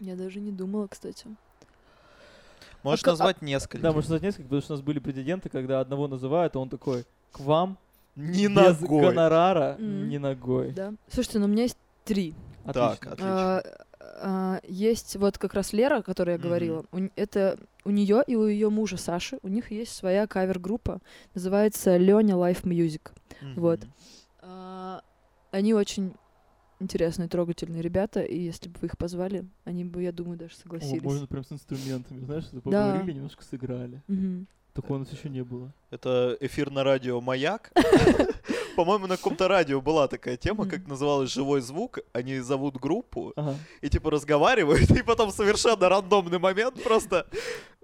[SPEAKER 3] я даже не думала, кстати.
[SPEAKER 2] Можешь
[SPEAKER 3] ка- а-
[SPEAKER 2] назвать несколько.
[SPEAKER 1] [laughs] Да, может, назвать несколько, потому что у нас были претенденты, когда одного называют, а он такой, к вам
[SPEAKER 2] Не
[SPEAKER 1] без
[SPEAKER 2] ногой.
[SPEAKER 1] гонорара,
[SPEAKER 3] М.
[SPEAKER 1] не ногой.
[SPEAKER 3] Да. Слушайте, ну у меня есть три.
[SPEAKER 2] Так,
[SPEAKER 1] Отлично.
[SPEAKER 2] отлично.
[SPEAKER 3] А, а, есть вот как раз Лера, о которой я
[SPEAKER 2] Мгм.
[SPEAKER 3] говорила. У н- это у нее и у ее мужа Саши, у них есть своя кавер-группа, называется Леня Life Music.
[SPEAKER 2] Мгм.
[SPEAKER 3] вот. А, Они очень интересные, трогательные ребята, и если бы вы их позвали, они бы, я думаю, даже
[SPEAKER 1] О,
[SPEAKER 3] согласились.
[SPEAKER 1] можно прям с инструментами, знаешь, что
[SPEAKER 3] Да.
[SPEAKER 1] поговорили, немножко сыграли.
[SPEAKER 3] Мгм.
[SPEAKER 1] Такого у нас еще не было.
[SPEAKER 2] Это эфир на радио «Маяк». По-моему, на каком-то радио была такая тема, как называлась «Живой звук». Они зовут группу
[SPEAKER 1] Ага.
[SPEAKER 2] и типа разговаривают, [laughs] и потом совершенно рандомный момент просто...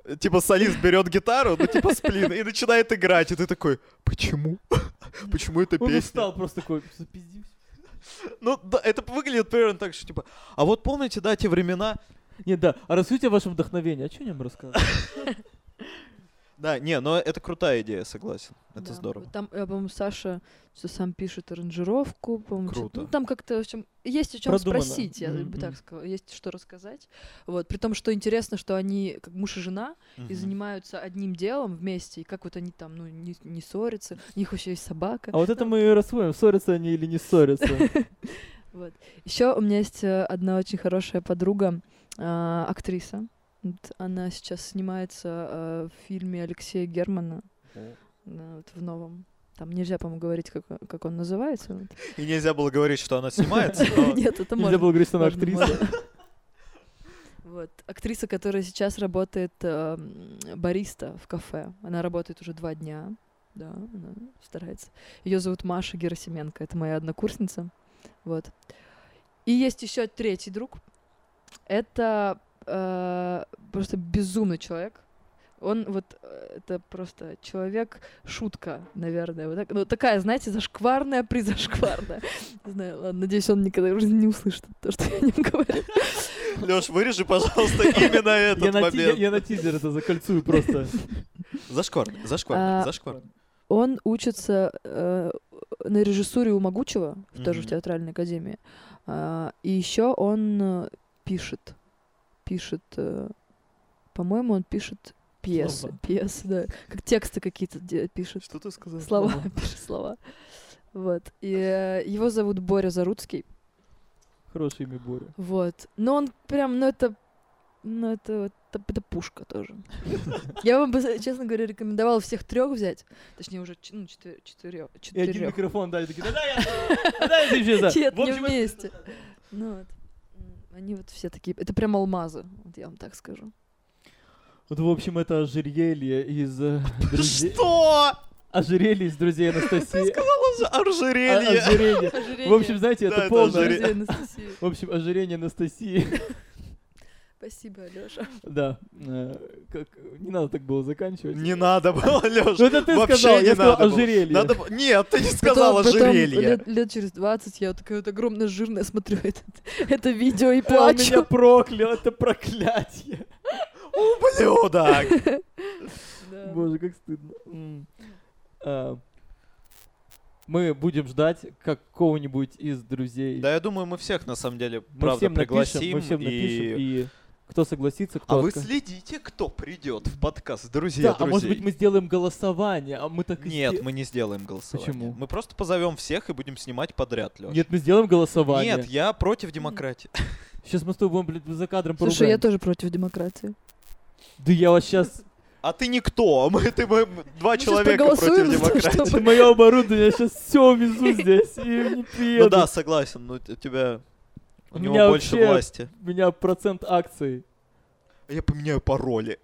[SPEAKER 2] э, Типа солист берет гитару, ну типа сплин, и начинает играть. И ты такой, почему? [laughs] Почему это
[SPEAKER 1] Он
[SPEAKER 2] песня?
[SPEAKER 1] устал просто такой, запиздимся.
[SPEAKER 2] Ну, да, это выглядит примерно так, что типа, а вот помните, да, те времена,
[SPEAKER 1] Нет, да, а расскажите о вашем вдохновении, а что о нем рассказывать?
[SPEAKER 2] Да, не, но это крутая идея, согласен. Это
[SPEAKER 3] Да.
[SPEAKER 2] здорово.
[SPEAKER 3] Вот Там, э, по-моему, Саша что сам пишет аранжировку, по-моему, чё-
[SPEAKER 2] Круто.
[SPEAKER 3] ну, там как-то, в общем, есть о чем
[SPEAKER 1] Продумано.
[SPEAKER 3] спросить, я
[SPEAKER 1] Мгм,
[SPEAKER 3] бы так
[SPEAKER 1] мгм.
[SPEAKER 3] сказала, есть что рассказать. Вот, при том, что интересно, что они, как муж и жена, и
[SPEAKER 2] Мгм.
[SPEAKER 3] занимаются одним делом вместе, и как вот они там, ну, не, не ссорятся, у них еще есть [laughs] собака.
[SPEAKER 1] А вот это мы и рассмотрим, ссорятся они или не ссорятся.
[SPEAKER 3] [laughs] Еще у меня есть э, одна очень хорошая подруга, а, актриса. Вот Она сейчас снимается э, в фильме Алексея Германа,
[SPEAKER 2] О.
[SPEAKER 3] э, вот в новом. Там нельзя, по-моему, говорить, как, как он называется. вот.
[SPEAKER 2] И нельзя было говорить, что она снимается, но
[SPEAKER 3] [laughs] Нет, это
[SPEAKER 1] Нельзя
[SPEAKER 3] можно.
[SPEAKER 1] было говорить, что она
[SPEAKER 3] Можно,
[SPEAKER 1] актриса.
[SPEAKER 3] можно. Вот. Актриса, которая сейчас работает э, м, бариста в кафе. Она работает уже два дня. Да, она старается. Ее зовут Маша Герасименко. Это моя однокурсница. Вот. И есть еще третий друг. Это э, просто безумный человек. Он вот э, это просто человек шутка, наверное, вот так. Ну такая, знаете, зашкварная, [laughs] призашкварная. Не знаю, ладно, надеюсь, он никогда в жизни не услышит то, что я о нем говорю.
[SPEAKER 2] Лёш, вырежи, пожалуйста, именно
[SPEAKER 1] Я
[SPEAKER 2] этот
[SPEAKER 1] на, ти- я-
[SPEAKER 2] момент.
[SPEAKER 1] я на тизер это закольцую
[SPEAKER 3] [laughs]
[SPEAKER 1] просто.
[SPEAKER 2] Зашкварно, зашкварно,
[SPEAKER 3] А,
[SPEAKER 2] зашкварно.
[SPEAKER 3] Он учится э, на режиссуре у Могучего, в той же
[SPEAKER 2] Мгм.
[SPEAKER 3] театральной академии. А, и еще он э, пишет. Пишет, э, по-моему, он пишет пьесы.
[SPEAKER 1] Слова.
[SPEAKER 3] Пьесы, да. Как тексты какие-то де- пишет.
[SPEAKER 2] Что ты сказал?
[SPEAKER 3] Слова, [laughs] пишет слова. Вот. И э, его зовут Боря Заруцкий.
[SPEAKER 1] Хорошее имя Боря.
[SPEAKER 3] Вот. Но он прям, ну это, ну это, вот т- это пушка тоже. [laughs] Я вам бы, честно говоря, рекомендовала всех трех взять. Точнее, уже ч- ну, четыре- четырех.
[SPEAKER 1] И один [laughs]
[SPEAKER 3] четырех.
[SPEAKER 1] микрофон дали, такие, да-да, я, да-да, я отвечаю за».
[SPEAKER 3] Нет,
[SPEAKER 1] В
[SPEAKER 3] не
[SPEAKER 1] общем, это-
[SPEAKER 3] вместе. Ну вот. М, Они вот все такие. Это прям алмазы, вот я вам так скажу.
[SPEAKER 1] Вот, в общем, это ожерелье из
[SPEAKER 3] [laughs]
[SPEAKER 1] э, друзей...
[SPEAKER 2] Что?
[SPEAKER 1] Ожерелье из друзей Анастасии.
[SPEAKER 2] Боже,
[SPEAKER 1] А-
[SPEAKER 2] Ожерелье.
[SPEAKER 1] Ожерелье. В общем, знаете,
[SPEAKER 2] Да,
[SPEAKER 1] это
[SPEAKER 2] это
[SPEAKER 1] полное...
[SPEAKER 2] ожерелье.
[SPEAKER 3] Друзья Анастасии.
[SPEAKER 1] В общем, ожерелье Анастасии. [laughs]
[SPEAKER 3] Спасибо, Алёша.
[SPEAKER 1] Да. э, как- Не надо так было заканчивать.
[SPEAKER 2] Не надо было, Лёш.
[SPEAKER 1] Ну это ты
[SPEAKER 2] Вообще
[SPEAKER 1] сказал,
[SPEAKER 2] не
[SPEAKER 1] я сказал
[SPEAKER 2] надо было.
[SPEAKER 1] ожерелье.
[SPEAKER 2] Надо... б- Нет, ты не сказал
[SPEAKER 3] Потом- потом
[SPEAKER 2] ожерелье.
[SPEAKER 3] лет- Лет через 20 я вот такая вот огромно жирная смотрю [laughs] это- это видео и
[SPEAKER 1] Ты он меня
[SPEAKER 3] плачу.
[SPEAKER 1] проклял, это проклятие.
[SPEAKER 2] Ублюдок.
[SPEAKER 1] [laughs]
[SPEAKER 3] Да.
[SPEAKER 1] Боже, как стыдно. М. А, Мы будем ждать какого-нибудь из друзей.
[SPEAKER 2] Да, я думаю, мы всех, на самом деле,
[SPEAKER 1] Мы
[SPEAKER 2] правда,
[SPEAKER 1] всем напишем,
[SPEAKER 2] пригласим.
[SPEAKER 1] мы всем напишем,
[SPEAKER 2] и-
[SPEAKER 1] и кто согласится, кто
[SPEAKER 2] А вы
[SPEAKER 1] отка-
[SPEAKER 2] следите, кто придет в подкаст, друзья,
[SPEAKER 1] Да, а может
[SPEAKER 2] друзей.
[SPEAKER 1] быть мы сделаем голосование, а мы так и
[SPEAKER 2] Нет,
[SPEAKER 1] сде-
[SPEAKER 2] мы не сделаем голосование.
[SPEAKER 1] Почему?
[SPEAKER 2] Мы просто позовем всех и будем снимать подряд, Лёш.
[SPEAKER 1] Нет, мы сделаем голосование.
[SPEAKER 2] Нет, я
[SPEAKER 1] [laughs]
[SPEAKER 2] против демократии.
[SPEAKER 1] Сейчас мы с тобой будем, блядь, за кадром
[SPEAKER 3] Слушай, я
[SPEAKER 1] поругаемся.
[SPEAKER 3] тоже против демократии.
[SPEAKER 1] Да я вас сейчас...
[SPEAKER 2] А ты никто, а мы, ты, мы два
[SPEAKER 1] А
[SPEAKER 3] Мы щас
[SPEAKER 2] человека против
[SPEAKER 3] проголосуем за то,
[SPEAKER 2] демократии.
[SPEAKER 3] что-
[SPEAKER 1] Это мое оборудование, я сейчас все увезу здесь и не приеду.
[SPEAKER 2] Ну да, согласен, но у тебя... У
[SPEAKER 1] У
[SPEAKER 2] него
[SPEAKER 1] меня
[SPEAKER 2] больше
[SPEAKER 1] вообще-
[SPEAKER 2] власти.
[SPEAKER 1] У меня процент акций.
[SPEAKER 2] А Я поменяю пароли.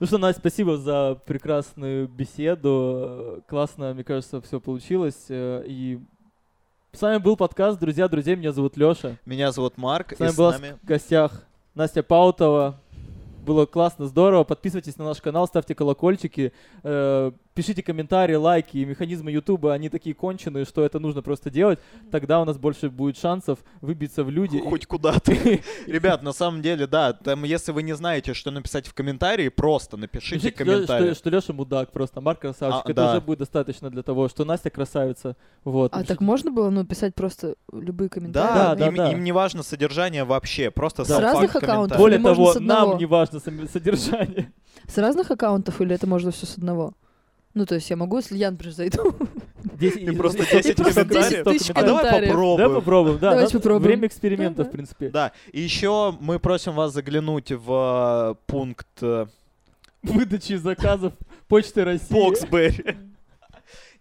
[SPEAKER 1] Ну что, Настя, спасибо за прекрасную беседу. Э, Классно, мне кажется, все получилось. Э, И с вами был подкаст «Друзья, друзей». Меня зовут Леша.
[SPEAKER 2] Меня зовут Марк,
[SPEAKER 1] С
[SPEAKER 2] и
[SPEAKER 1] вами
[SPEAKER 2] с
[SPEAKER 1] была
[SPEAKER 2] нами...
[SPEAKER 1] в гостях Настя Паутова. Было классно, здорово. Подписывайтесь на наш канал, ставьте колокольчики, э, пишите комментарии, лайки. И механизмы Ютуба, они такие конченые, что это нужно просто делать. Тогда у нас больше будет шансов выбиться в люди.
[SPEAKER 2] Хоть куда-то. Ребят, на самом деле, да, там, если вы не знаете, что написать в комментарии, просто напишите
[SPEAKER 1] Пишите,
[SPEAKER 2] комментарий.
[SPEAKER 1] Что, что Леша мудак просто, Марк красавчик.
[SPEAKER 2] А,
[SPEAKER 1] это
[SPEAKER 2] да.
[SPEAKER 1] уже будет достаточно для того, что Настя красавица. Вот.
[SPEAKER 3] А
[SPEAKER 1] напишите.
[SPEAKER 3] так можно было, ну, писать просто любые
[SPEAKER 2] Да,
[SPEAKER 3] комментарии?
[SPEAKER 1] да,
[SPEAKER 2] им,
[SPEAKER 1] да.
[SPEAKER 2] им не важно содержание вообще, просто
[SPEAKER 1] Да.
[SPEAKER 2] сам
[SPEAKER 1] С
[SPEAKER 3] разных
[SPEAKER 2] факт
[SPEAKER 3] аккаунтов?
[SPEAKER 1] Более
[SPEAKER 2] комментария.
[SPEAKER 3] Или можно
[SPEAKER 1] того,
[SPEAKER 3] с одного?
[SPEAKER 1] нам не важно сами- содержание.
[SPEAKER 3] С разных аккаунтов или это можно все с одного? Ну, то есть я могу, если я, например, зайду.
[SPEAKER 1] Здесь-
[SPEAKER 2] И
[SPEAKER 1] и-
[SPEAKER 2] просто
[SPEAKER 1] и-
[SPEAKER 2] 10
[SPEAKER 1] и просто
[SPEAKER 2] комментариев.
[SPEAKER 1] 10
[SPEAKER 3] тысяч
[SPEAKER 2] А давай
[SPEAKER 3] комментариев.
[SPEAKER 1] Давай
[SPEAKER 2] попробуем.
[SPEAKER 1] попробуем, да.
[SPEAKER 3] Давайте
[SPEAKER 1] надо-
[SPEAKER 3] попробуем.
[SPEAKER 1] Время эксперимента, в
[SPEAKER 3] Да-да.
[SPEAKER 1] принципе.
[SPEAKER 2] Да. И еще мы просим вас заглянуть в э, пункт э,
[SPEAKER 1] Выдачи заказов Почты России.
[SPEAKER 2] Боксбери. [laughs]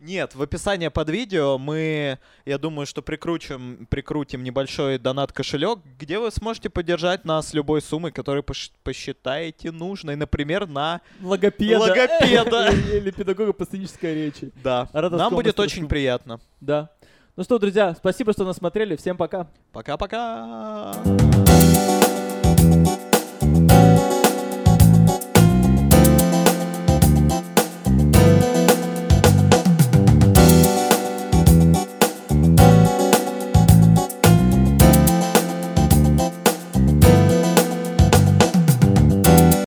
[SPEAKER 2] Нет, в описании под видео мы, я думаю, что прикручим, прикрутим небольшой донат-кошелек, где вы сможете поддержать нас любой суммой, которую пош- посчитаете нужной. Например, на...
[SPEAKER 1] Логопеда.
[SPEAKER 2] Логопеда.
[SPEAKER 1] Или- [laughs] Или педагога по сценической речи.
[SPEAKER 2] Да.
[SPEAKER 1] Ораторского
[SPEAKER 2] Нам будет очень
[SPEAKER 1] мастерства.
[SPEAKER 2] приятно.
[SPEAKER 1] Да. Ну что, друзья, спасибо, что нас смотрели. Всем пока.
[SPEAKER 2] Пока-пока.